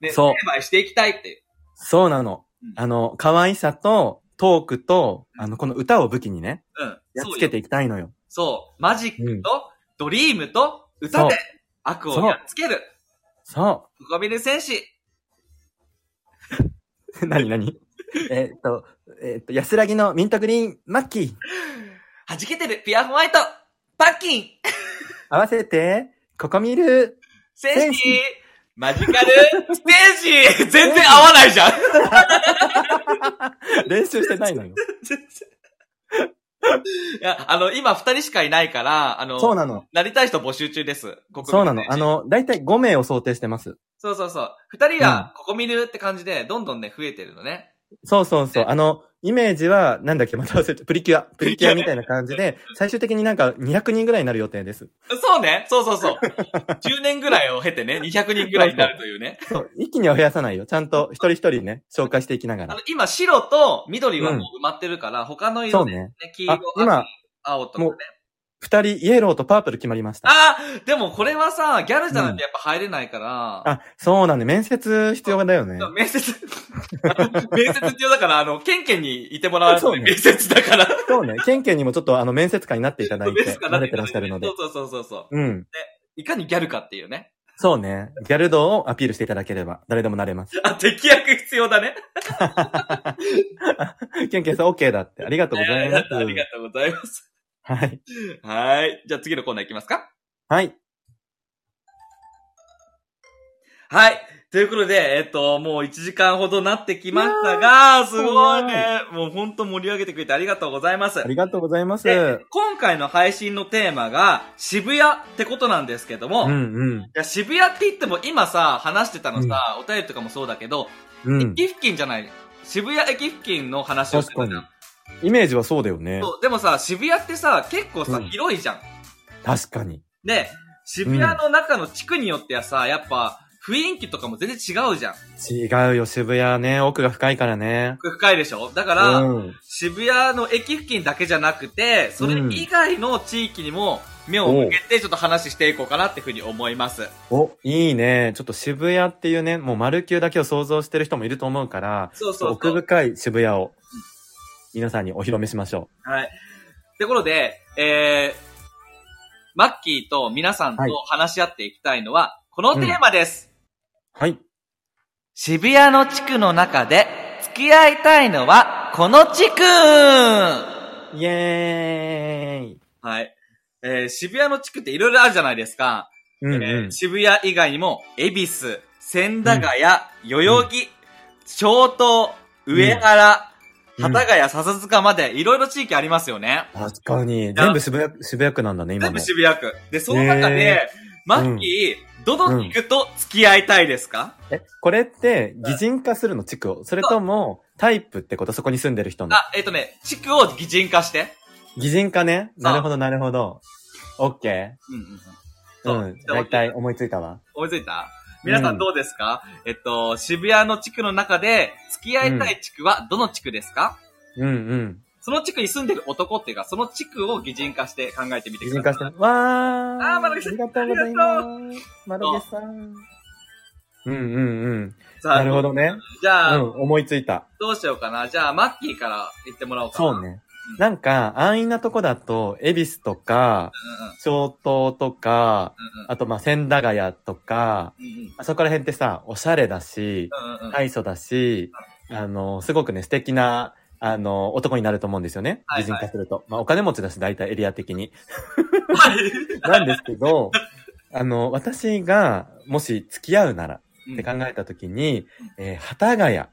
ね、そう成敗していきたいって。そうなのうん。あの、可愛さと、トークと、あの、この歌を武器にね、うん。やっそうよつけていきたいのよ。そう。マジックと、ドリームと、歌で、悪をやっつける。そここ見る戦士。う。 なになにえっと、えっと、安らぎのミントグリーン、マッキー。弾けてるピアホワイト。パッキン。合わせて、ここ見る。戦戦士士マジカル戦士全然合わないじゃん。練習してないのよ。全然いや、あの、今二人しかいないから、あの、そうなの。なりたい人募集中です。ここそうなの。あの、の、だいたい5名を想定してます。そうそうそう。二人は、ここ見るって感じで、どんどんね、増えてるのね。そうそうそうね。あの、イメージは、なんだっけ、また忘れて、プリキュア、プリキュアみたいな感じ で、最終的になんか200人ぐらいになる予定です。そうね。そうそうそう。10年ぐらいを経てね、200人ぐらいになるというね。そう、一気には増やさないよ。ちゃんと一人一人ね、紹介していきながあのら。、今、白と緑はもう埋まってるから、他のそう色でね、ね。黄あ色、、今、青とかねもう。二人、イエローとパープル決まりました。ああでもこれはさ、ギャルじゃなくてやっぱ入れないから、あ、そうなんで、面接必要だよね。面接、 面接必要だから、あの、ケンケンにいてもらわないとそうね面接だから。そうね。ケンケンにもちょっとあの、面接官になっていただい面て、接か慣れてらっしゃるのでそ。うそうそうそう。うん。いかにギャルかっていうね。そうね。ギャル道をアピールしていただければ、誰でもなれ ます。あ、適役必要だね。ケンケンさん、OK だって。ありがとうございます。ありがとうございます。はい。はい。じゃあ次のコーナーいきますか。はい。はい。ということで、えっと、もう1時間ほどなってきましたが、すごいね。もうほんと盛り上げてくれてありがとうございますあ。りがとうございます。で、今回の配信のテーマが渋谷ってことなんですけども、うんいうん。や渋谷って言っても今さ、話してたのさ、お便りとかもそうだけど、うん。駅付近じゃない。渋谷駅付近の話をしてたじゃん確イメージはそうだよね。そう。でもさ、渋谷ってさ、結構さ、うん広いじゃん。確かに。で、渋谷の中の地区によってはさ、やっぱ、雰囲気とかも全然違うじゃん。違うよ、渋谷ね。奥が深いからね。深いでしょだかうら、ん。渋谷の駅付近だけじゃなくて、それ以外の地域にも目を向けてちょっと話していこうかなっていうふうに思います。お、いいね。ちょっと渋谷っていうね、もう丸球だけを想像してる人もいると思うから、そうそうそ奥う。深い渋谷を、皆さんにお披露目しましょはい。ってことで、えー、マッキーと皆さんとはい話し合っていきたいのは、このテーマです。う。はい。渋谷の地区の中で付き合いたいのはこの地区はイエーイい。えー渋谷の地区っていろいろあるじゃないですか。うんうん。えー渋谷以外にも、恵比寿、千駄ヶ谷、代々木、小東、上原、うん幡ヶ谷、笹塚までいろいろ地域ありますよね。確かに。全部渋谷、渋谷区なんだね、今全も部。渋谷区。で、その中で、マッキー、どの地区と付き合いたいですか、え、これって、擬人化するの、地区を。それとも、タイプってこと、そこに住んでる人の。あ、えっ、とね、地区を擬人化して。擬人化ね。うなるほど、なるほど。オッケうんうんうん。ー。そううん。だいたい思いついたわ。思いついた皆さんどうですか、えっと、渋谷の地区の中で付き合いたい地区はどの地区ですか、うんうん。その地区に住んでる男っていうか、その地区を擬人化して考えてみて擬くだ人さい。化して。わー。あー丸木さんありがとうございます。まるげさん。うんうんうん。さあ、なるほどね。じゃあ、うん、思いついた。どうしようかな。じゃあ、マッキーから言ってもらおうかな。そうね。なんか、安易なとこだと、恵比寿とか、上東とか、あと、まあ、千駄ヶ谷とか、うんうん。うんうん。あそこら辺ってさ、おしゃれだし、うんうんうん。愛想だし、あの、すごくね、素敵な、あの、男になると思うんですよね。はいは美い人化すると。まあ、お金持ちだし、大体エリア的に。はい。なんですけど、あの、私が、もし付き合うなら、うんって考えたときに、えー、幡ヶ谷。幡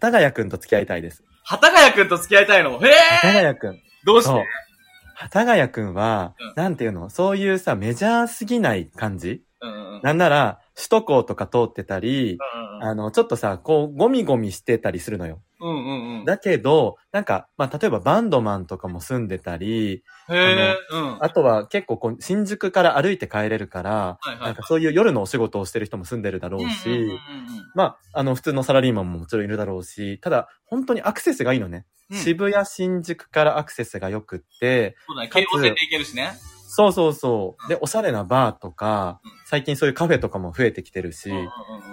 ヶ谷くんと付き合いたいです。幡ヶ谷くんと付き合いたいの。へ幡えヶ谷くん。どうしそうて。幡ヶ谷くんは、うんなんていうのそういうさ、メジャーすぎない感じうんうんうん。なんなら、首都高とか通ってたり、うんあの、ちょっとさ、こう、ゴミゴミしてたりするのよ。うんうんうん。だけど、なんか、まあ、例えばバンドマンとかも住んでたり、へーうん。あとは結構こう、新宿から歩いて帰れるから、はいはなんいか。そういう夜のお仕事をしてる人も住んでるだろううんうんうんうんし、まあ、あの、普通のサラリーマンももちろんいるだろうし、ただ、本当にアクセスがいいのね。うん渋谷、新宿からアクセスが良くって、そうだね。か京つ王線で行けるしね。そうそうそう。でう、おしゃれなバーとかうん、最近そういうカフェとかも増えてきてるしうん、うんうん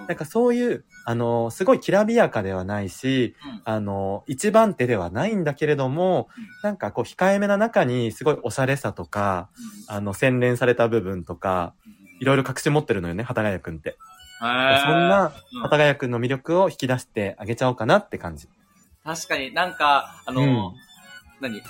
なんかそういう、あの、すごいきらびやかではないし、あの、一番手ではないんだけれどもうん、なんかこう、控えめな中に、すごいおしゃれさとか、あの、洗練された部分とか、いろいろ隠し持ってるのよね、幡ヶ谷くんって。そんそんなな、幡ヶ谷くんの魅力を引き出してあげちゃおうかなって感じ。確かになんか、あうんの、何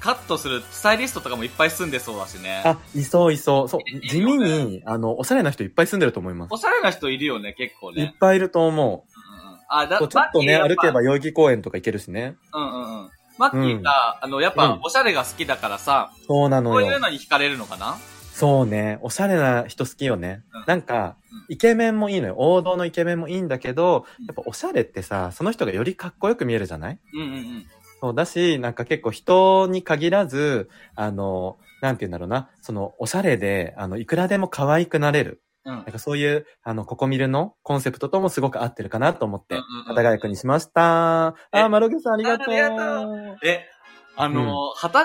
カットするスタイリストとかもいっぱい住んでそうだしね。あ、いそういそう。そうい、い地よ味ねに、あの、おしゃれな人いっぱい住んでると思いますお。しゃれな人いるよね、結構いっね。ぱいいると思う。うんうんあ、だこうちょっとね、マッキーや歩けっぱば代々木公園とか行けるしね。うんうんうん。マッキーが、あの、やっうぱんおしゃれが好きだからさ、そうなこのういうよ。のに惹かれるのかなそうね、おしゃれな人好きよねうん。なんかうん、イケメンもいいのよ。王道のイケメンもいいんだけどうん、やっぱおしゃれってさ、その人がよりかっこよく見えるじゃないうんうんうん。そうだし、なんか結構人に限らず、あの、なんて言うんだろうな、その、おしゃれで、あの、いくらでも可愛くなれる。うんなんかそういう、あの、ココミルのコンセプトともすごく合ってるかなと思ってうんうんうん、幡ヶ谷くんにしました。あえー、マロゲさんありがああとう。りがえ、あの、幡ヶ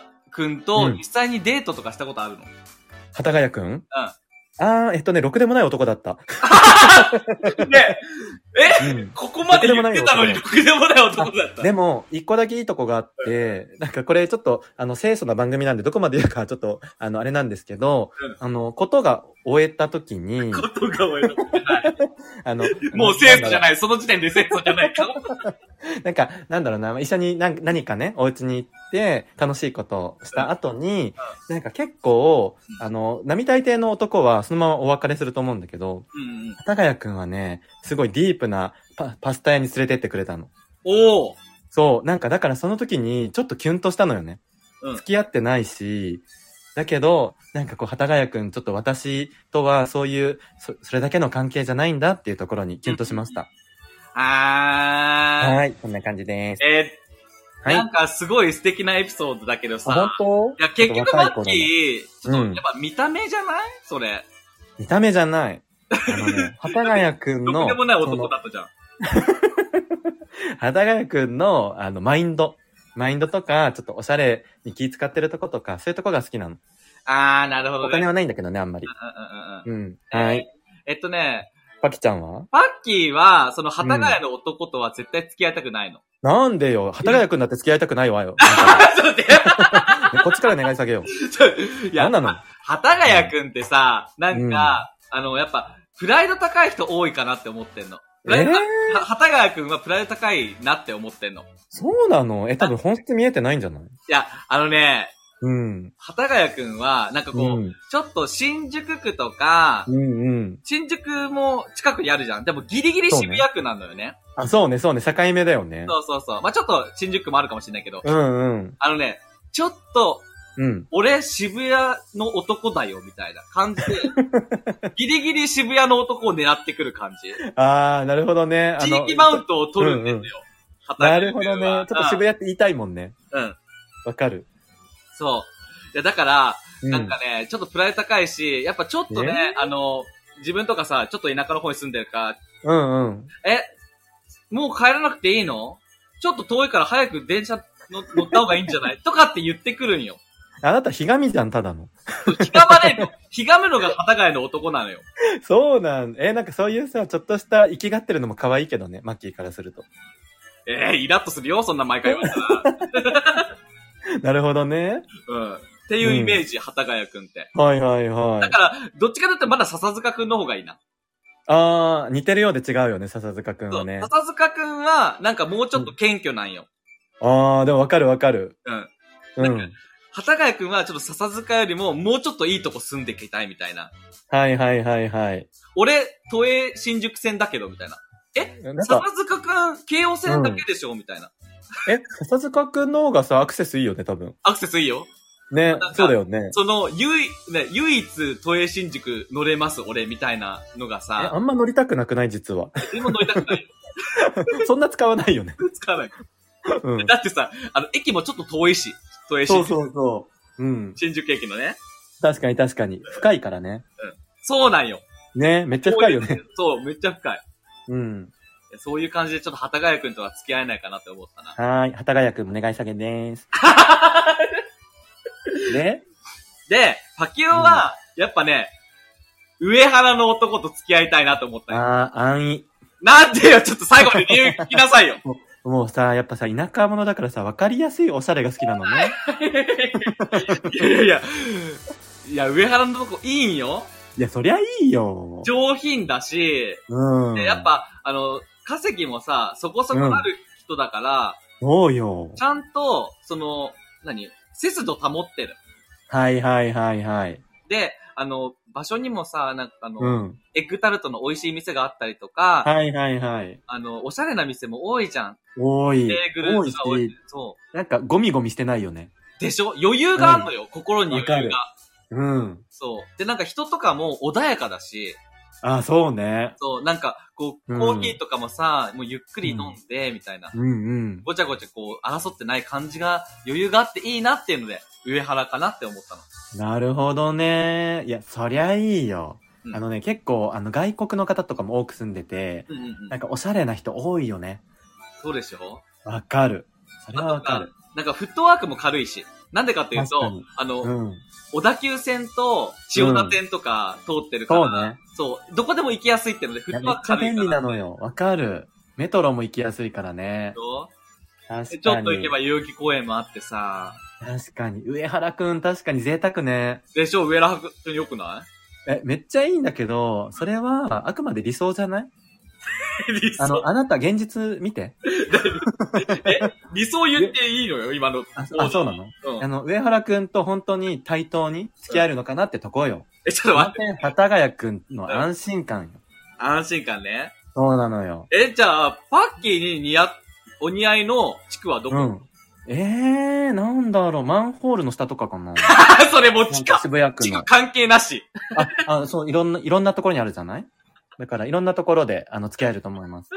谷くんと実際にデートとかしたことあるの、幡ヶ谷くんうん。あー、えっとね、ろくでもない男だった。ねえ、うん。ここまで言ってたのに、ろろくでもない男だった。でも、一個だけいいとこがあって、なんかこれちょっと、あの、清楚な番組なんで、どこまで言うかちょっと、あの、あれなんですけどうん、あの、ことが終えた時 に、ことが多いのあの、もう清楚じゃい。ない。その時点で清楚じゃない。なんか、なんだろうな、一緒になん何かね、お家に行って、楽しいことをした後に、なんか結構、あの、並大抵の男は、そのままお別れすると思うんだけど、うんうん。幡ヶ谷くんはね、すごいディープなパパスタ屋に連れてってくれたの。おお。そう、なんかだからその時にちょっとキュンとしたのよね。うん付き合ってないし、だけど、なんかこう、幡ヶ谷くん、ちょっと私とはそういうそ、それだけの関係じゃないんだっていうところにキュンとしました。あー。はい、こんな感じです。えーはい。なんかすごい素敵なエピソードだけどあさ。本いや、結局マ若い子ッだキねー、ちょっうとんやっぱ見た目じゃないそれ。当見た目じゃない。あ のね、幡ヶ谷くんろの、くでもない男そだったじゃん。の幡ヶ谷くんの、あの、マインド。マインドとか、ちょっとおしゃれに気使ってるとことか、そういうとこが好きなの。あー、なるほおど金ね。はないんだけどね、あんまり。うんうんうんうん。はい。えっとね、パキちゃんはパッキーは、その、幡ヶ谷の男とは絶対付き合いたくないの。なんでよ、幡ヶ谷くんだって付き合いたくな いわよ。ちょっと待ってね こっちから願い下げよう。ちょっといや、何なの幡ヶ谷くんってさ、なんか、あの、やっぱ、プライド高い人多いかなって思ってんの。プライドえーは幡ヶ谷くんはプライド高いなって思ってんの。いそうなのえ、多分本質見えてないんじゃないや、あのね、うん。幡ヶ谷くんは、なんかこうう、ん。ちょっと新宿区とかう、んうん。新宿も近くにあるじゃん。でもギリギリ渋谷区なのよね。あ、そうね、そうね、境目だよね。そうそうそう。まあちょっと新宿区もあるかもしれないけど、うんうん。あのね、ちょっと、うん。俺、渋谷の男だよ、みたいな感 じで、ギリギリ渋谷の男を狙ってくる感じ。あー、なるほどね。あ地域マウントを取るんですよ。うんうん畑な中るほどね。君ちょはっと渋谷って言いたいもんね。うんうん。わかる。そう。いや、だから、うなんかね、ちょっとプライド高いし、やっぱちょっとね、あの、自分とかさ、ちょっと田舎の方に住んでるから、うんうん。え、もう帰らなくてい いのちょっと遠いから早く電車の乗った方がいいんじゃないとかって言ってくるんよ。あなた、ひがみじゃん、ただの。 ひがまれる。ひがむのが片貝の男なのよ。そうなん、え、なんかそういうさ、ちょっとした生きがってるのも可愛いけどね、マッキーからすると。ええイラッとするよ、そんな毎回言われたら。 なるほどね。うん。っていうイメージ、畑谷くんって。はいはいはだい。から、どっちかだってまだ笹塚くんの方がいいな。あー、似てるようで違うよね、笹塚くんそはうね。笹塚くんは、なんかもうちょっと謙虚なんよ。あー、でもわかるわかる。うん。うん。畑谷くんはちょっと笹塚よりももうちょっといいとこ住んできたいみたいな。はいはいはいはい。俺、都営新宿線だけど、みたいな。なんか、笹塚くん、京王線だけでしょ、みたいな。え、笹塚くんの方がさ、アクセスいいよね、多分。アクセスいいよ。ねなんか、そうだよね。その、唯、ね、唯一都営新宿乗れます、俺、みたいなのがえ、あさ、んま乗りたくなくない、実は。 でも乗りたくない。 そんな使わないよね。使わない。うん。だってさ、あの、駅もちょっと遠いし、都営新そう宿そうそう。うん。新宿駅のね。確かに確かに。深いからね。そうなんよ。ねめっちゃ深いよこうねう。。そう、めっちゃ深い。うん。そういう感じでちょっと畑谷くんとは付き合えないかなって思ったな。はーい。畑ヶ谷くんお願い下げで ーす。ねで、パキオは、やっぱね、上原の男と付き合いたいなと思ったよ。あー、安易。なんでよ、ちょっと最後に理由聞きなさいよ。 もうさ、やっぱさ、田舎者だからさ、わかりやすいおしゃれが好きなのね。いやいやいや。いや、上原のとこいいんよ。いや、そりゃいいよ。上品だし、うん。でやっ。ぱ、あの、稼ぎもさ、そこそこある人だから、そうよち。ゃんと、その、何節度保ってる。はいはいはいはい。で、あの、場所にもさ、なんかあの、うん。エッグタルトの美味しい店があったりとか、はいはいはい。あの、おしゃれな店も多いじゃん。多い。で、グルー多いプが多いし、。そなんかゴミゴミしてないよね。う。でしょ余裕があるのよ、心に余裕わが。うん。そう。で、なんか人とかも穏やかだし、あー、そうね。そう、なんか、こう、うんコーヒーとかもさ、もうゆっくり飲んで、みたいな。うんうん。ごちゃごちゃこう、争ってない感じが、余裕があっていいなっていうので、上原かなって思ったの。なるほどね。いや、そりゃいいよ。うんあのね、結構、あの、外国の方とかも多く住んでて、うんうんうんなんかおしゃれな人多いよね。そうでしょわかる。それはわかる。なんかフットワークも軽いし。なんでかっていうと確かに、あの、うん。小田急線と千代田線とか通ってるから、そうね。そう、どこでも行きやすいってので、フいや、ットめっワークちゃ軽い便か利ら。なのよ。わかる。メトロも行きやすいからねでし。ょ確かでに。ちょっと行けば代々木公園もあってさ、確かに。上原くん、確かに贅沢ね。でしょ上原くん良くないえ、めっちゃいいんだけど、それは、あくまで理想じゃない 理あ想、の、あなた現実見て。理想言っていいのよ、今の。あ、あそうなのうんあの、上原くんと本当に対等に付き合えるのかなってとこよ。え、ちょっと待って。その点幡ヶ谷くんの安心感よ。安心感ね。そうなのよ。え、じゃあ、パッキーに似合、お似合いの地区はどこ、うん。ええー、なんだろう、マンホールの下とかかなあ それもなん地か下渋谷区地区の。関係なし。 あ、あ、そう、いろんな、いろんなところにあるじゃないだから、いろんなところで、あの、付き合えると思います。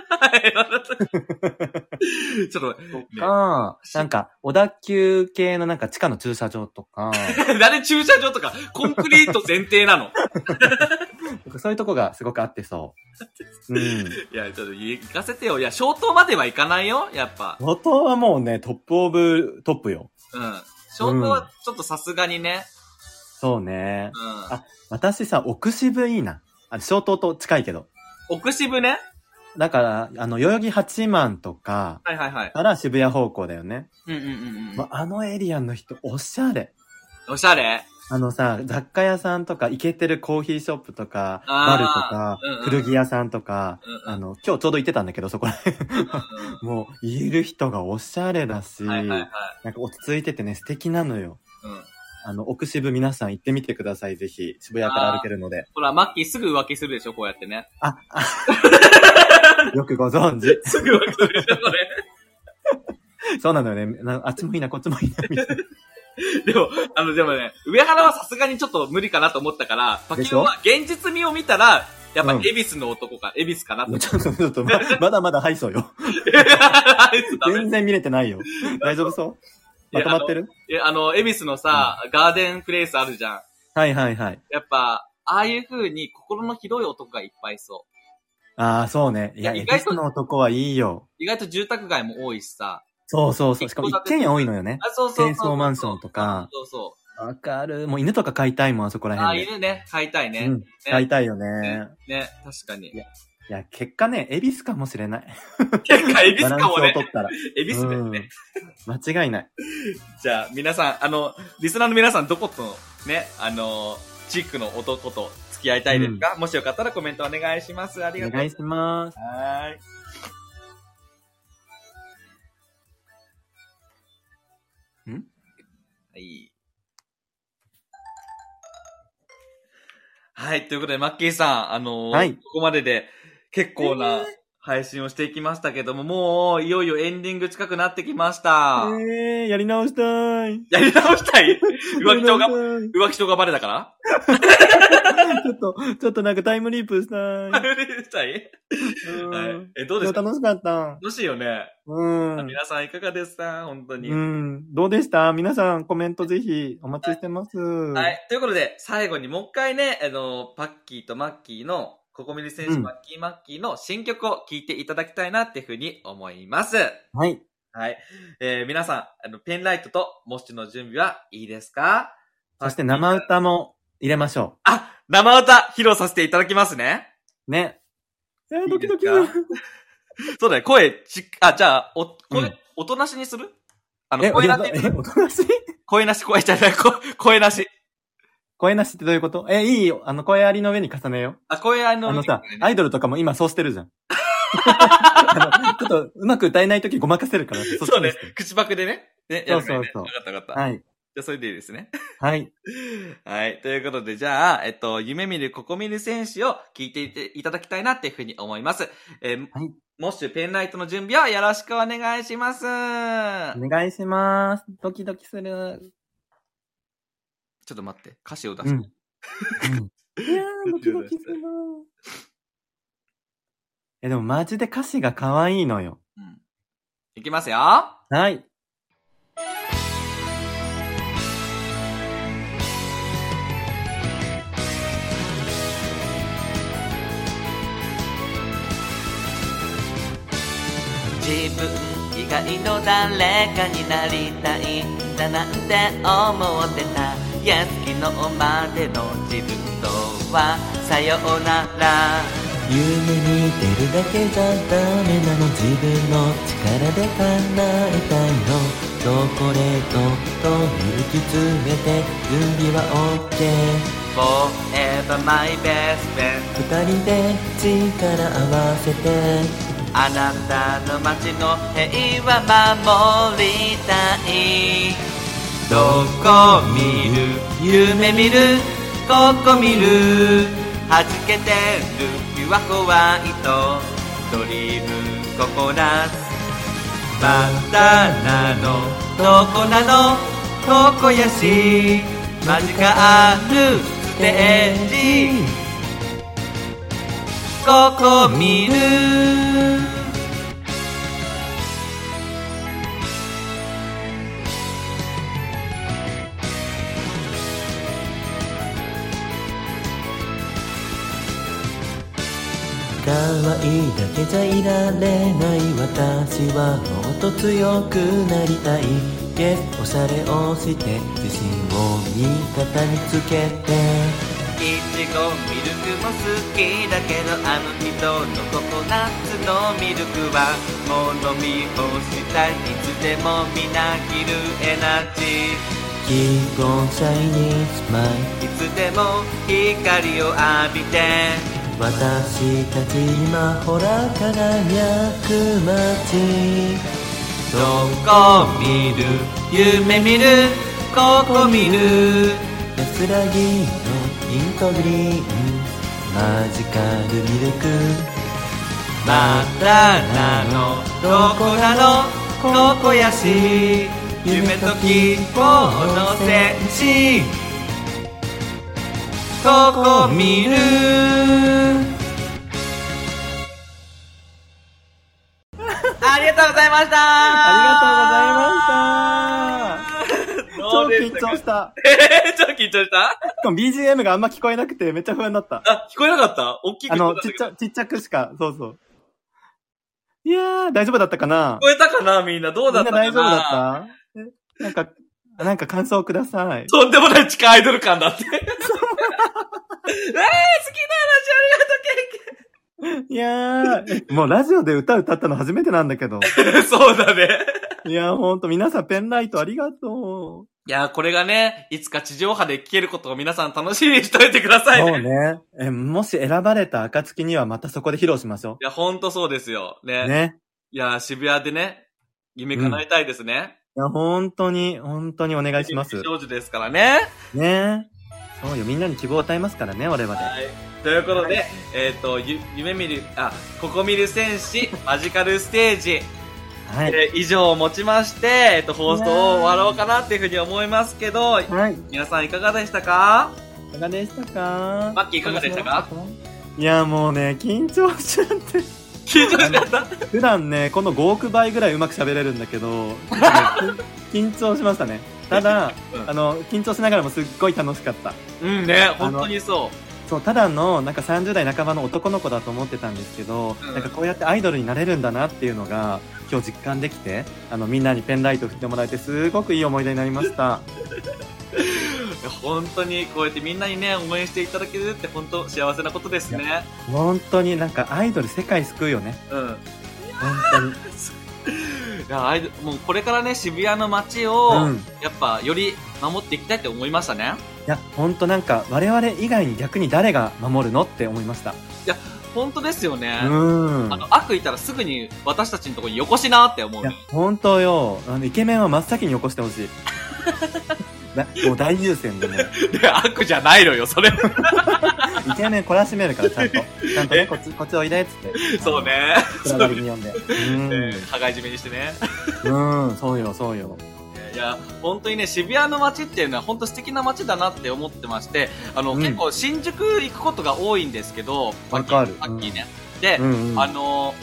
ちょっと、か、なんか、小田急系のなんか地下の駐車場と か、誰駐車場とか、コンクリート前提なの。 そういうとこがすごく合って そう。うん。いや、ちょっと行かせてよ。いや、消灯までは行かないよ、やっぱ。元はもうね、トップオブトップよ。うん。消灯はちょっとさすがにね。そうね。うあ私さ、奥渋いいな。あ、小東と近いけど。ん。奥渋ね。だから、あの、代々木八幡とか、はいはいはい。から渋谷方向だよね。うんうんうんうん。ま、あのエリアの人、おしゃれ。おしゃれあのさ、雑貨屋さんとか、イケてるコーヒーショップとか、あーバルとか、うんうん古着屋さんとか、うんうんあの、今日ちょうど行ってたんだけど、そこら辺。 もう、いる人がおしゃれだし、はいはいはい。なんか落ち着いててね、素敵なのよ。うん。あの、奥渋皆さん行ってみてください、ぜひ。渋谷から歩けるので。ほら、マッキーすぐ浮気するでしょ、こうやって ね。あ、あよくご存知。すぐ浮気するでしょ、これ。そうなのよね。なあっちもいいな、こっちもいいな、みたいな。でも、あの、でもね、上原はさすがにちょっと無理かなと思ったから、パキオは現実味を見たら、やっぱうん恵比寿の男か、恵比寿かなとも思 うっちょっと、ちょっとま、まだまだ敗走よ。て。あいつダメ全然見れてないよ。大丈夫そういまやとまってるいやあの、恵比寿のさ、ガーデンプレイスあるじゃん。はいはいはい。やっぱ、ああいう風に心の広い男がいっぱいいそああ、そうね。いや、いやエ意キ外スとの男はいいよ。う。意外と住宅街も多いしさ。そうそうそう。しかも一戸建一て軒家多いのよね。あ、そうそうそうそう。戦争マンションとか、そうそわかる。もう犬とか飼いたいもん、あそこらあ、辺で。犬ね。飼いたいね。うん。飼いたいよね。ね、確かに。いやいや、結果ね、エビスかもしれない。結果、エビスバランスかもを取ね。ったら。 エビスだよね。うん。間違いない。じゃあ、皆さん、あの、リスナーの皆さん、どこと、ね、あの、チークの男と付き合いたいですか、もしよかったらコメントお願いします。ありがおとう願いします。はーい。んはい。はい、ということで、マッキーさん、あのーはいここまでで結構な配信をしていきましたけども、もう、いよいよエンディング近くなってきました。えー、やり直したい。やり直した い浮気とが、やり浮気とがバレたから直したいちょっと、ちょっとなんかタイムリープしたバ い。レたい、うんはい、え、どうででもすか楽楽しかった。しいよね。うん。皆さんいかがですか本当に。うん。どうでした皆さんコメントぜひお待ちしてます。はは。い。ということで、最後にもう一回ね、あの、パッキーとマッキーの、ココミリ選手、うんマッキーマッキーの新曲を聴いていただきたいなっていうふうに思います。はい。はい。えー皆さん、あの、ペンライトとモッシュの準備はいいですかそして生歌も入れましょあ、生歌披露させていただきますね。う。ね。えー、いいドでキすドかキする。そうだね、声ち、あ、じゃあ、お、声、うんおとなしにするあの、え、お声とななしし、え、おとなしい声なし、声じゃない、声声なし。声なしってどういうことえ、いいよ。あの、声ありの上に重ねよう。あ、声ありのあのさみたい、なアイドルとかも今そうしてるじゃん。あのちょっと、うまく歌えないときごまかせるから。そそうね。口パクでね。ね、やそるうからそね。うそうわかったわかった。はい。じゃあ、それでいいですね。はい。 はい。ということで、じゃあ、えっと、夢見るココミル選手を聞いていていただきたいなっていうふうに思います。えーはいもしペンライトの準備をよろしくお願いします。お願いします。ドキドキする。ちょっと待って、歌詞を出うす。ん。いやー、ドキドキする。え、でもマジで歌詞が可愛いのよ。うんいきますよ。あはい。自分以外の誰かになりたいんだなんて思ってた矢月のまでの自分とはさようなら夢見てるだけじゃダメなの自分の力で叶えたいのチョコレートとミルク詰めて準備は OK Forever my best friend 二人で力合わせてあなたの街の平和守りたいどこ見る夢見るここ見るはじけてるピュアホワイトドリームココナッツバナナのどこなのここやしマジカあるステージここ見る可愛いだけじゃいられない私はもっと強くなりたい Yes おしゃれをして自信を味方につけていちごミルクも好きだけどあの人のココナッツのミルクはもう飲み干したいいつでもみなぎるエナジー Keep on shining smile いつでも光を浴びて私たち今ほら輝く街どこ見る夢見るここ見る安らぎのイントグリーンマジカルミルクまたなのどこなのここやし夢と希望の戦士ここ見 るありがとうございましたありがとうございました。超緊張した。え ー、ちょっと緊張したしかも BGM があんま聞こえなくてめっちゃ不安だった。あ、聞こえなかった大きいあ声だの っ、たちっけちど聞ゃ、ちっちゃくしか、そうそう。いやー、大丈夫だったかなこえたかなみんな。どうみだっんたなかな大丈夫だったえなんか、なんか感想ください。とんでもない地下アイドル感だって。 えー、好きなラジオありいやー、もうラジオで歌歌ったの初めてなんだけど。がとう、ケンケン。そうだね。いやー、ほんと皆さんペンライトありがといやー、これがね、いつか地上波で聞けることを皆さん楽しみにしといてくだう。さいね。そうね。え、もし選ばれた暁にはまたそこで披露しましょいや、ほんとそうですよ。ね。う。ね。いやー、渋谷でね、夢叶えたいですね。いや、本当に、本当にお願いします。少女ですからね。ねそうよ、みんなに希望を与えますからね、我々。ということで、えっ、と、ゆ、夢見る、あ、ここ見る戦士、マジカルステージ、はい。えー以上をもちまして、えっ、と、放送を終わろうかなっていうふうに思いますけど、はい。皆さんいかがでしたかいかがでしたかマッキーいかがでしたかいや、もうね、緊張しちゃって。緊張しちゃった普段ね、この5億倍ぐらいうまく喋れるんだけど、 緊張しましたね。ただ、うんあの、緊張しながらもすっごい楽しかった。うんね、本当にそそう、ただの、なんか30代半ばの男の子だと思ってたんですけど、うんなんかこうやってアイドルになれるんだなっていうのが、今日実感できて、あの、みんなにペンライト振ってもらえて、すごくいい思い出になりました。う。本当にこうやってみんなにね、応援していただけるって本当幸せなことですね。本当になんかアイドル世界救うよね。うん。本当に。いや、アイドもうこれからね、渋谷の街を、うん。いやっぱより守っていきたいって思いましたね。や、本当なんか我々以外に逆に誰が守るのって思いました。本当ですよね。うんあ。の、悪いたらすぐに私たちのところによこしなって思ういや。、本当よ。あの、イケメンは真っ先に起こしてほしい。なもう大優先でもう。 で悪じゃないのよ、それ。イケメン懲らしめるから、ちゃん と。ちゃんとね、こっち、こっちおいで、っつって。そうね。 あの。クラブに呼んで。う羽交い締めにしてね。ん。うん、そうよ、そうよ。いや、本当にね、渋谷の街っていうのは本当素敵な街だなって思ってまして、あの、うん結構新宿行くことが多いんですけど、わかるパッキーね。でう、ん、うん。あの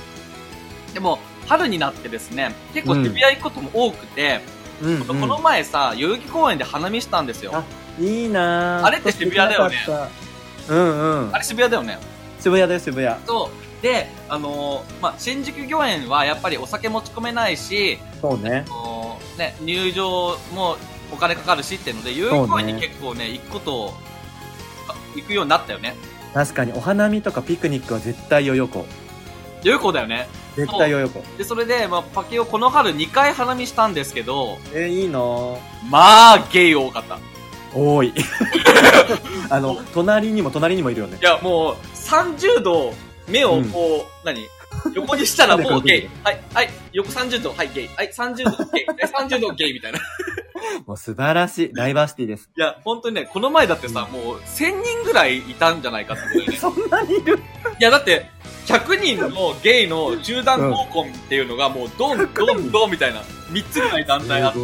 ーでも、春になってですね、結構渋谷行くことも多くて、うんこの前さ、代々木公園で花見したんですよ。あうん、いいなぁあれって渋谷だよね。今年行けなかったうんうんあ。れ渋谷だよね。渋谷だよ、渋谷。と、で、あのーまあ、新宿御苑はやっぱりお酒持ち込めないし、そうね。あのーね、入場もお金かかるしっていうので、代々木公園にそうね結構ね、行くことを、あ行くようになったよね。確かに、お花見とかピクニックは絶対よよこ。良い子だよね。絶対よよこ。で、それで、まあ、パケをこの春2回花見したんですけど、えー、いいなぁ。まあ、ゲイ多かった。い多い。 あの、隣にも隣にもいるよね。や、もう、30度、目をこう、何横にしたら もうゲイ。はい、はい、横30度、はい、ゲイ。はい、30度、ゲイ。はい、30度、ゲイみたいな。もう素晴らしい。ダイバーシティです。。いや、本当にね、この前だってさ、もう1000人ぐらいいたんじゃないかってことよねそんなにいるいや、だって、100人のゲイの集団合コンっていうのがもう、どんどんどんみたいな、3つぐらい団体あって。い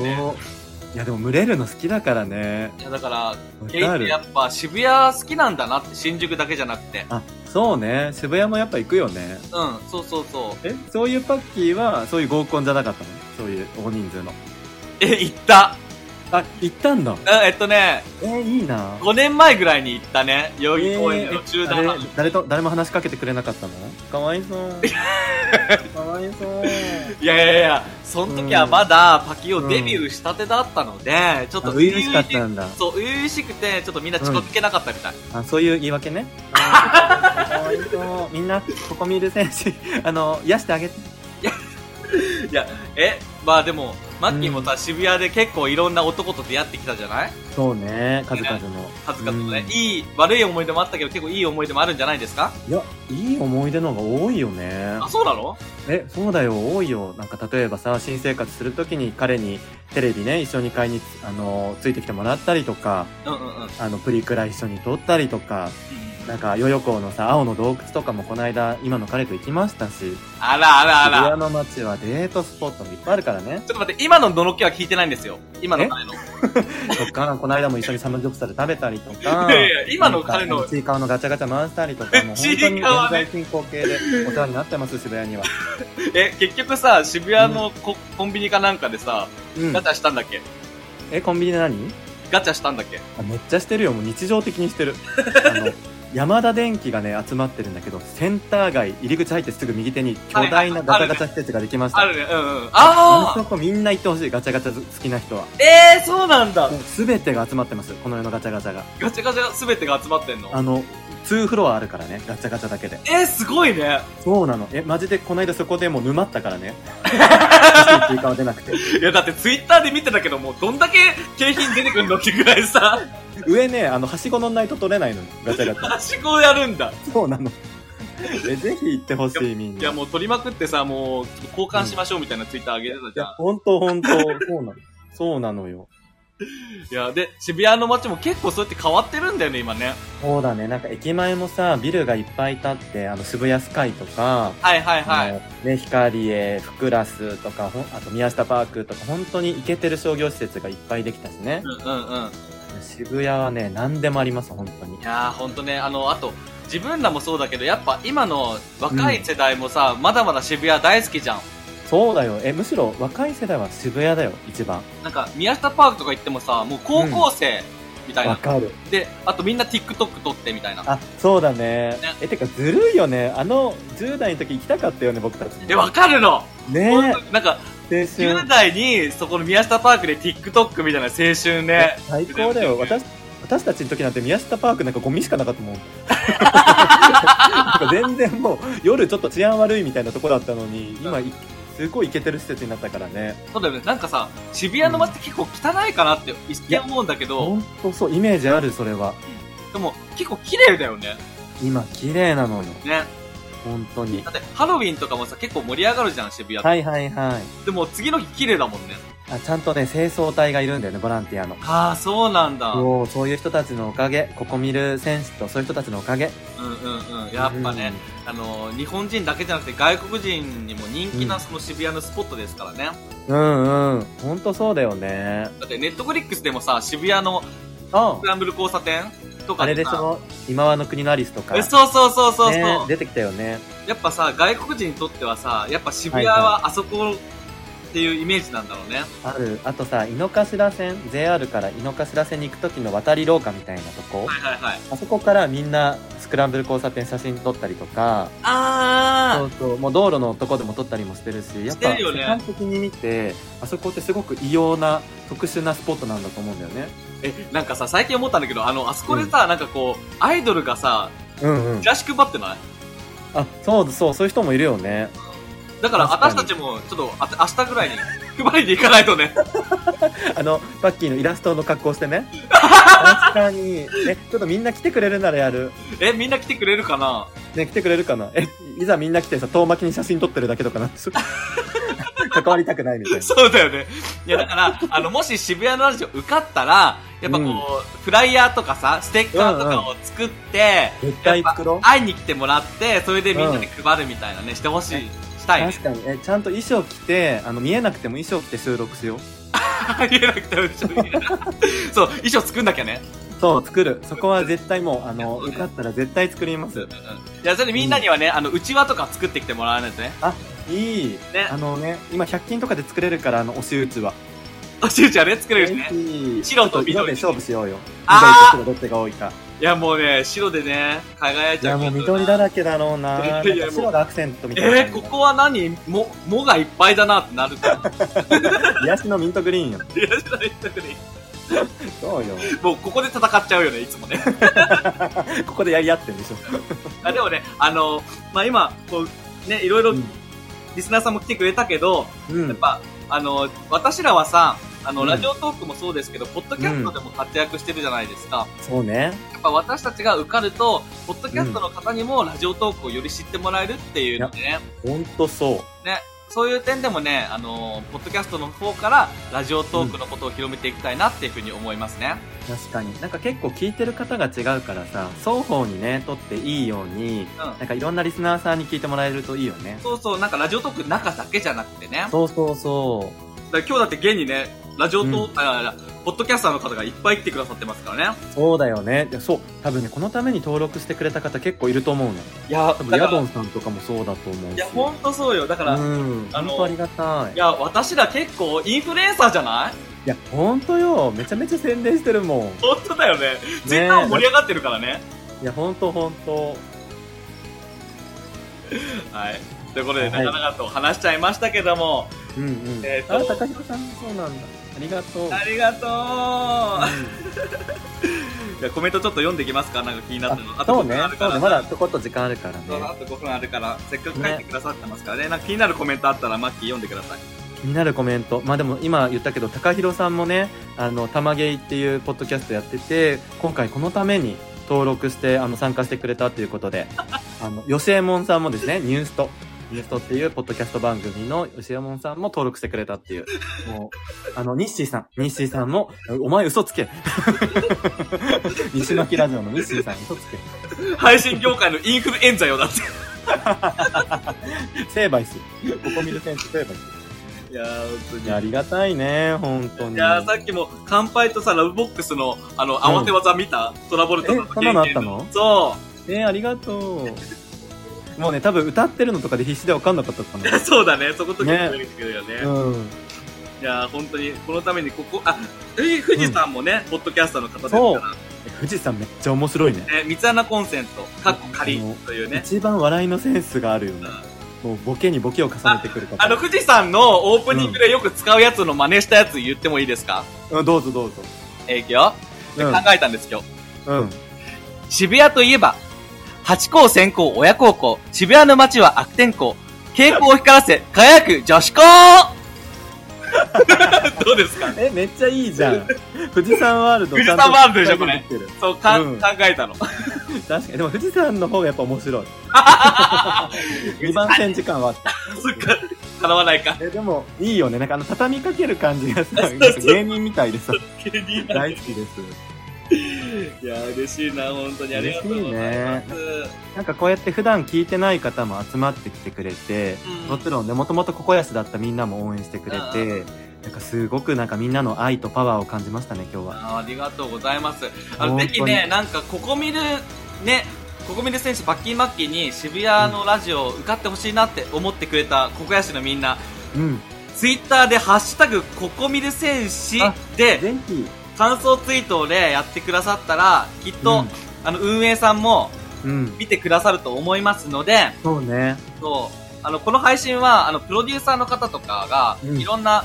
いや、でも群れるの好きだからね。や、だから、わゲイかってるや。っぱ渋谷好きなんだなって、新宿だけじゃなくて。あ、そうね。渋谷もやっぱ行くよね。うん、そうそうそう。え、そういうパッキーは、そういう合コンじゃなかったのそういう大人数の。え、行った。あ、行ったんだ。うんえっとね、えーいいな5年前ぐらいに行ったね、代々木公園の中え団ーあれ誰と、誰も話しかけてくれなかったのかわいそう。かわいそう。いやいやいや、その時はまだパキオデビューしたてだったので、ちょっあ、と初々しかったんだ。そう、初々しくて、ちょっとみんな近づけなかったみたい。あ、そういう言い訳ね。かわいそう。みんな、ここ見る選手、 あの、癒してあげて。いや、え、まあでも、マッキーもさ、渋谷で結構いろんな男と出会ってきたじゃないそうね、数々の。数々のね、うんいい、悪い思い出もあったけど、結構いい思い出もあるんじゃないですかいや、いい思い出の方が多いよねあ、。そうなのえ、そうだよ、多いよ。なんか例えばさ、新生活するときに彼にテレビね、一緒に買いに、あの、ついてきてもらったりとか、うんうんうん。うんあの、プリクラ一緒に撮ったりとか、なんか、ヨヨコのさ、青の洞窟とかもこの間、今の彼と行きましたし、あらあらあ渋ら。谷の街はデートスポットもいっぱいあるからね。ちょっと待って、今ののろけは聞いてないんですよ。今の彼の。とか、この間も一緒にサムギョプサル食べたりと かい、やいや今の彼なんのか、ちいかわのガチャガチャ回したりとか、もう本 当に現在進行形でお世話になってます、渋谷には。え、結局さ、渋谷のコ,、コンビニかなんかでさ、うんガ。チャしたんだっけえ、コンビニで何ガチャしたんだっけ あめっちゃしてるよ。もう日常的にしてる。あの、山田電機がね、集まってるんだけど、センター街、入り口入ってすぐ右手に巨大なガチャガチャ施設ができました。あるね、うんうん。ああそこみんな行ってほしい、ガチャガチャ好きな人は。ええー、そうなんだすべてが集まってます、この世のガチャガチャが。ガチャガチャ全てが集まってんのあの、2フロアあるからね、ガチャガチャだけで。えー、すごいねそうなの。え、マジでこの間そこでもう沼ったか らね。欲しいっていう顔出なくて。いやだってツイッターで見てたけどもうどんだけ景品出てくるのってぐらいさ上ね、あの、はしご乗んないと取れないの、ガチャガチャ。はしごやるんだそうなの。え、ぜひ行ってほしい、みんな。いやもう取りまくってさもうちょっと交換しましょうみたいなツイッター上げてたいじゃやん、本当本当そうなの。そうなのよ。いやで渋谷の街も結構そうやって変わってるんだよね今ねそうだね、なんか駅前もさ、ビルがいっぱい建って、あの、渋谷スカイとか、はいはいはい、あのね、光栄、福クラスとか、ほんあと宮下パークとか、本当に行けてる商業施設がいっぱいできたしね。うんうんうん渋谷はね、何でもあります、本当にい。やーほんとねあのあと自分らもそうだけどやっぱ今の若い世代もさ、まだまだ渋谷大好きじゃんそうだよ。え、むしろ若い世代は渋谷だよ、一番。なんか宮下パークとか行ってもさもう高校生みたいわな、かる。であとみんな TikTok 撮ってみたいなあ、そうだねね。え、てかずるいよね。あの、10代の時行きたかったよね、僕たちも。でわかるのねほんとなんかえ、青春10。代にそこの宮下パークで TikTok みたいな青春ね最高だよ。私、私たちの時なんて宮下パークなんかゴミしかなかった もん。なんか全然もう夜ちょっと治安悪いみたいなとこだったのに、今、いすごい行けてる施設になったからね。そうだよねなんかさ渋谷の街って結構汚いかなって一見思うんだけど、本当そう、イメージある、それは。でも結構綺麗だよね今、綺麗なのよ。ね本当にだ。ってハロウィンとかもさ結構盛り上がるじゃん渋谷って、はいはいはい。でも次の日綺麗だもんねあちゃんとね、清掃隊がいるんだよね、ボランティアの。ああそうなんだうんそうそういう人たちのおかげ、ここ見る選手とそういう人たちのおかげ。うんうんやっぱね、あのー日本人だけじゃなくて外国人にも人気なその渋谷のスポットですからね、うん。うんうん。ほんとそうだよね。だってネットフリックスでもさ渋谷のあスクランブル交差点とかあれででしさょ今はの国のアリスとか。えそうそうそうそうそう、ね出てきたよね。やっぱさ外国人にとってはさやっぱ渋谷はいははあそこっていうイメージなんだろうね、ある。あとさ、井の頭線、JR から井の頭線に行く時の渡り廊下みたいなとはこ。いはいはいあそこからみんなスクランブル交差点写真撮ったりとか、そあうそう、もう道路のとこでも撮ったりもしてるし、やっぱしてるよね世界的に見て、あそこってすごく異様な特殊なスポットなんだと思うんだよね。ーえなんかさ最近思ったんだけどあのあそこでさ、なんかこうアイドルがさうんうんチ。ラシ配ってないあ、そうそう、そういう人もいるよね。だから確かに私たちもちょっとあ明日ぐらいに 配りに行かないとねあの、バッキーのイラストの格好し てね。確かに。え、ちょっとみんな来てくれるならやる。えみんな来てくれるかなね、来てくれるかなえ、いざみんな来てさ、遠巻きに写真撮ってるだけとかなって。 関わりたくないみたいな。そうだよねいやだからあのもし渋谷のラジオ受かったらやっぱこう、うんフライヤーとかさステッカーとかを作って、絶対作ろ会いに来てもらってそれでみんなで配るみたいなね、してほしい、したう。いね確かに。え、ちゃんと衣装着て、あの、見えなくても衣装着て収録しよう。入れなくても一緒に入れないそう衣装作んなきゃねそう、作る。そこは絶対もう、あの、受かったら絶対作ります。いやそれでみんなにはね、あのうちわとか作ってきてもらわないとねいい。ねあのね、今100均とかで作れるから、あの、押し打ちは。あしゅうちゃんね作れるしねいい白と緑色で勝負しようよ。あー緑と白どっちが多いか。いやもうね白でね輝いいちゃやうもう緑だらけだろうな。なんいやいやか白がアクセントみたいな。えー、ここは何も、もがいっぱいだなってなるから。癒しのミントグリーンよ。いや知らない人に そうよ。もうここで戦っちゃうよね、いつもね。ここでやり合ってるでしょ。あでもね、あの、まあ、今、こう、ね、いろいろうん、リスナーさんも来てくれたけど、うやっん。ぱ、あの、私らはさ、あの、うんラジオトークもそうですけど、ポッドキャストでも活躍してるじゃないですか。そうね。やっぱ私たちが受かると、ポッドキャストの方にもラジオトークをより知ってもらえるっていうのでね、ほんとそね、そういう点でもね、あの、ポッドキャストの方からラジオトークのことを広めていきたいなっていうふうに思いますね。う。確かに。なんか結構聞いてる方が違うからさ、双方にね、撮っていいように、うんなんかいろんなリスナーさんに聞いてもらえるといいよね。そうそう、なんかラジオトーク中だけじゃなくてね。だかそうそうそう。ら今日だって現にね、ラジオトーうク、あポッドキャスターの方がいっぱい来てくださってますからね。そうだよね。いやそう。多分ね、このために登録してくれた方結構いると思うの。いや、多分、だからヤドンさんとかもそうだと思うし。いや、ほんとそうよ。だから、うん。あの本当ありがたいい。や、私ら結構インフルエンサーじゃないいや、ほんとよ。めちゃめちゃ宣伝してるもん。本当だよね。ツイッターも盛り上がってるからね。いや、ほんとほんと。はい。ということで、はいなかなかと話しちゃいましたけども、うんうん。えーとあ、高弘さん、そうなんだ。ありがとう。ありがとう。じゃあコメントちょっと読んでいきますかなんか気になったの。あとそう5ね分ある。かそうねら。まだちょこっと時間あるからね。そうあと5分あるから、せっかく書いてくださってますからね。なんか気になるコメントあったら、マッキー読んでください。気になるコメント。まあでも今言ったけど、高弘さんもね、あの、たまげいっていうポッドキャストやってて、今回このために登録して、あの、参加してくれたということで、 あの、よしえもんさんもですね、ニュースト。ニューストっていうポッドキャスト番組のよしえもんさんも登録してくれたっていう。もう、あの、ニッシーさん。ニッシーさんも、お前嘘つけ。 西巻ラジオのニッシーさん嘘つけ。配信業界のインフルエンザよだって。成敗する。ここ見る選手成敗すいやー、本当る。に いや、ありがたいね、本当に。いやーさっきも、乾杯とさ、ラブボックスの、あの、慌て技見た、トラボルトのえそんなのあったのそえー、ありがとう。もうね、多分歌ってるのとかで必死で分かんなかったかう。 そうだね。そこと結ね構出てくるよね。な。うん。いやー本当に、このためにここ、あ、え富士山もね、ポッドキャスターの方ですかそうら。富士山めっちゃ面白いね。ね、三つ穴コンセント、かっこ仮というね。一番笑いのセンスがあるよね。もうボケにボケを重ねてくるかあの、ら。富士山のオープニングでよく使うやつの真似したやつ言ってもいいですかうん、どうぞどうぞ。えー、いくよ。う考えたんです、今日。ん。うん。渋谷といえば、八高先行親高校、渋谷の街は悪天候、蛍光を光らせ、輝く女子校 どうですかえ、めっちゃいいじ ゃん。富士山ワールド。富士山ワールドでしょちゃんとできてるそう、か、うん考えたの。 確かに。でも富士山の方がやっぱ面白い。2番線時間はあった。そっか、叶わないか。え、でもいいよね。なんかあの、畳みかける感じがさ、なんか芸人みたいでさ、芸人だ大好きです。いや、嬉しいな、本当にありがとうございます。なんかこうやって普段聞いてない方も集まってきてくれて、うんもちろんね、もともとココヤスだったみんなも応援してくれて、なんかすごくなんかみんなの愛とパワーを感じましたね、今日は。あーありがとうございます。あの、本当ぜにひね、なんか、ここ見る、ね、ここ見る選手、バッキーマッキーに渋谷のラジオ受かってほしいなって思ってくれた、ここやしのみんな、うん。ツイッターで、ハッシュタグ、ここ見る選手あで、ぜひ、感想ツイートでやってくださったら、きっと、うんあの、運営さんもうん。見てくださると思いますので、そうね。そう。あの、この配信は、あの、プロデューサーの方とかが、うんいろんな、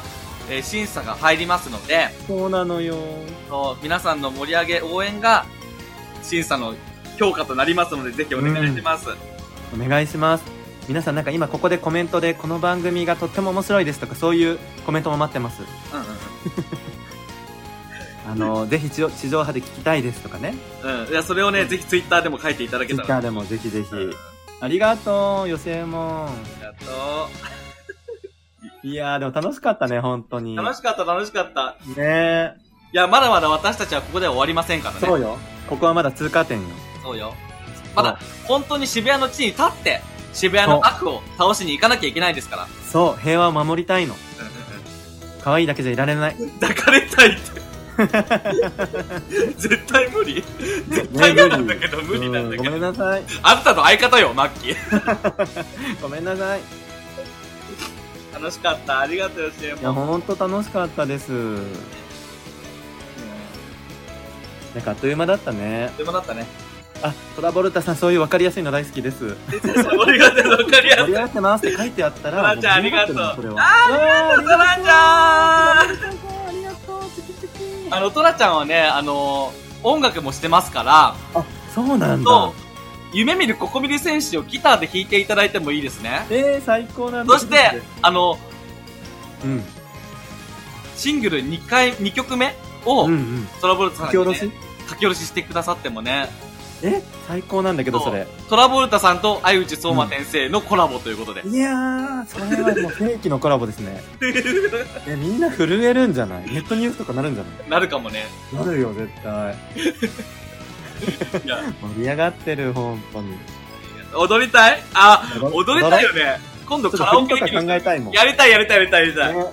えー審査が入りますので、そうなのよ。そう皆さんの盛り上げ、応援が、審査の評価となりますので、ぜひお願いします。お願いします。皆さんなんか今ここでコメントでこの番組がとっても面白いですとかそういうコメントも待ってます。うあの、ぜひ地上地上波で聞きたいですとかね。んうんうん。うん。いや、それをね、ぜひツイッターでも書いていただけツイたッタら。ーでもぜひぜひ。うんありがとう、よせもありがとん。いやーでも楽しかったね、本当う。に。楽しかった、楽しかった。ねえ。いや、まだまだ私たちはここでは終わりませんからね。そうよ。ここはまだ通過点よ。そうよ。まだ、本当に渋谷の地に立って、渋谷の悪を倒しに行かなきゃいけないですから。そう、平和を守りたいの。可愛いだけじゃいられない。ね、抱かれたいって。 絶対無理。絶対嫌なんだけど、無理なんだけうごめんど。なさい。あんたの相方よ、マッキー。ごめんなさい。い楽しかった。ありがとうよ、シェーや、モン。ほんと楽しかったです。なんかあっという間だったね。でもだったね。 あ、トラボルタさん、そういう分かりやすいの大好きです。俺がね、わかりやすい盛り上。がってますって書いてあっ たら、トラちゃんもう十分ありがとうそれはあトラちゃんありがとう、チキチキあの、トラちゃんはね、あの音楽もしてますから、あ、そうなんだと。、夢見るココミリ選手をギターで弾いていただいてもいいですね。えー、最高なんだ。そして、あの、うん、シングル2回、二曲目を、うん、うん。トラボルタさん書に、ね、き下ろし書き下ろししてくださってもね、え、最高なんだけど、そうそれ。トラボルタさんと相内相馬先生のコラボということで。いやー、それはもう正規のコラボで すね。え、みんな震えるんじゃないネットニュースとかなるんじゃななるかもね。いなるよ、絶対。いや 盛り上がってる、本当に。踊りたいあ、踊踊りたいよね。今ち度ょっとカラオ振ケりでときるか考えたいもん。やりたいやりたいやりたいやりたい。ね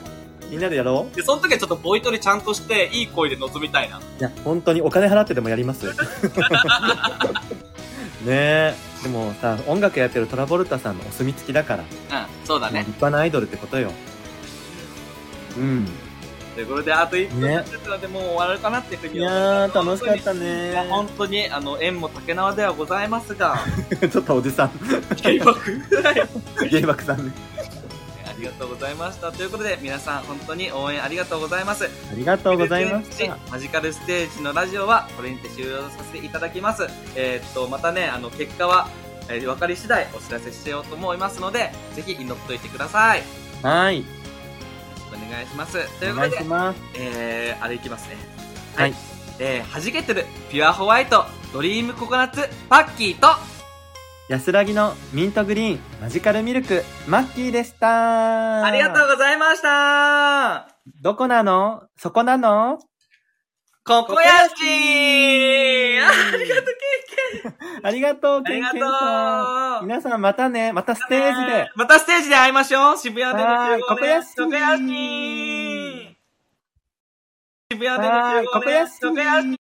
みんなでやろで、その時はちょっとボイトレちゃんとして、いい声で臨みたいな。ういや、本当にお金払ってでもやります。 ねえ。でもさ、音楽やってるトラボルタさんのお墨付きだから、もうん、そうだう立ね。派なアイドルってことよ。うん。ということで、あと1分ねちょっとでもう終わるかなっていうふういに思いまやすー、楽しかったねいや本当に、あの、縁も竹縄ではございますが、 ちょっとおじさん、計画ぐらい芸爆さんね。ありがとうございました。ということで、皆さん本当に応援ありがとうございます。ありがとうございました。マジカルステージのラジオはこれにて終了させていただきます。えーっと、またね、あの、結果は、えー分かり次第お知らせしようと思いますので、ぜひ祈っといてください。よはい。ろしくお願いします。というおこと願いでし、ます。えー、あれいきますね。はい。えー、弾けてる、ピュアホワイト、ドリームココナッツ、パッキーと、安らぎのミントグリーン、マジカルミルク、マッキーでした。ありがとう。ございましたどこなのそこなのここやしーあありがとう、 ありがとう、あケりンがケとンうさん。皆さんまたね、またステージで。またステージで会いましょう渋谷での集合はでいここやしーここやしー渋谷での集合ではいここやしーここやしー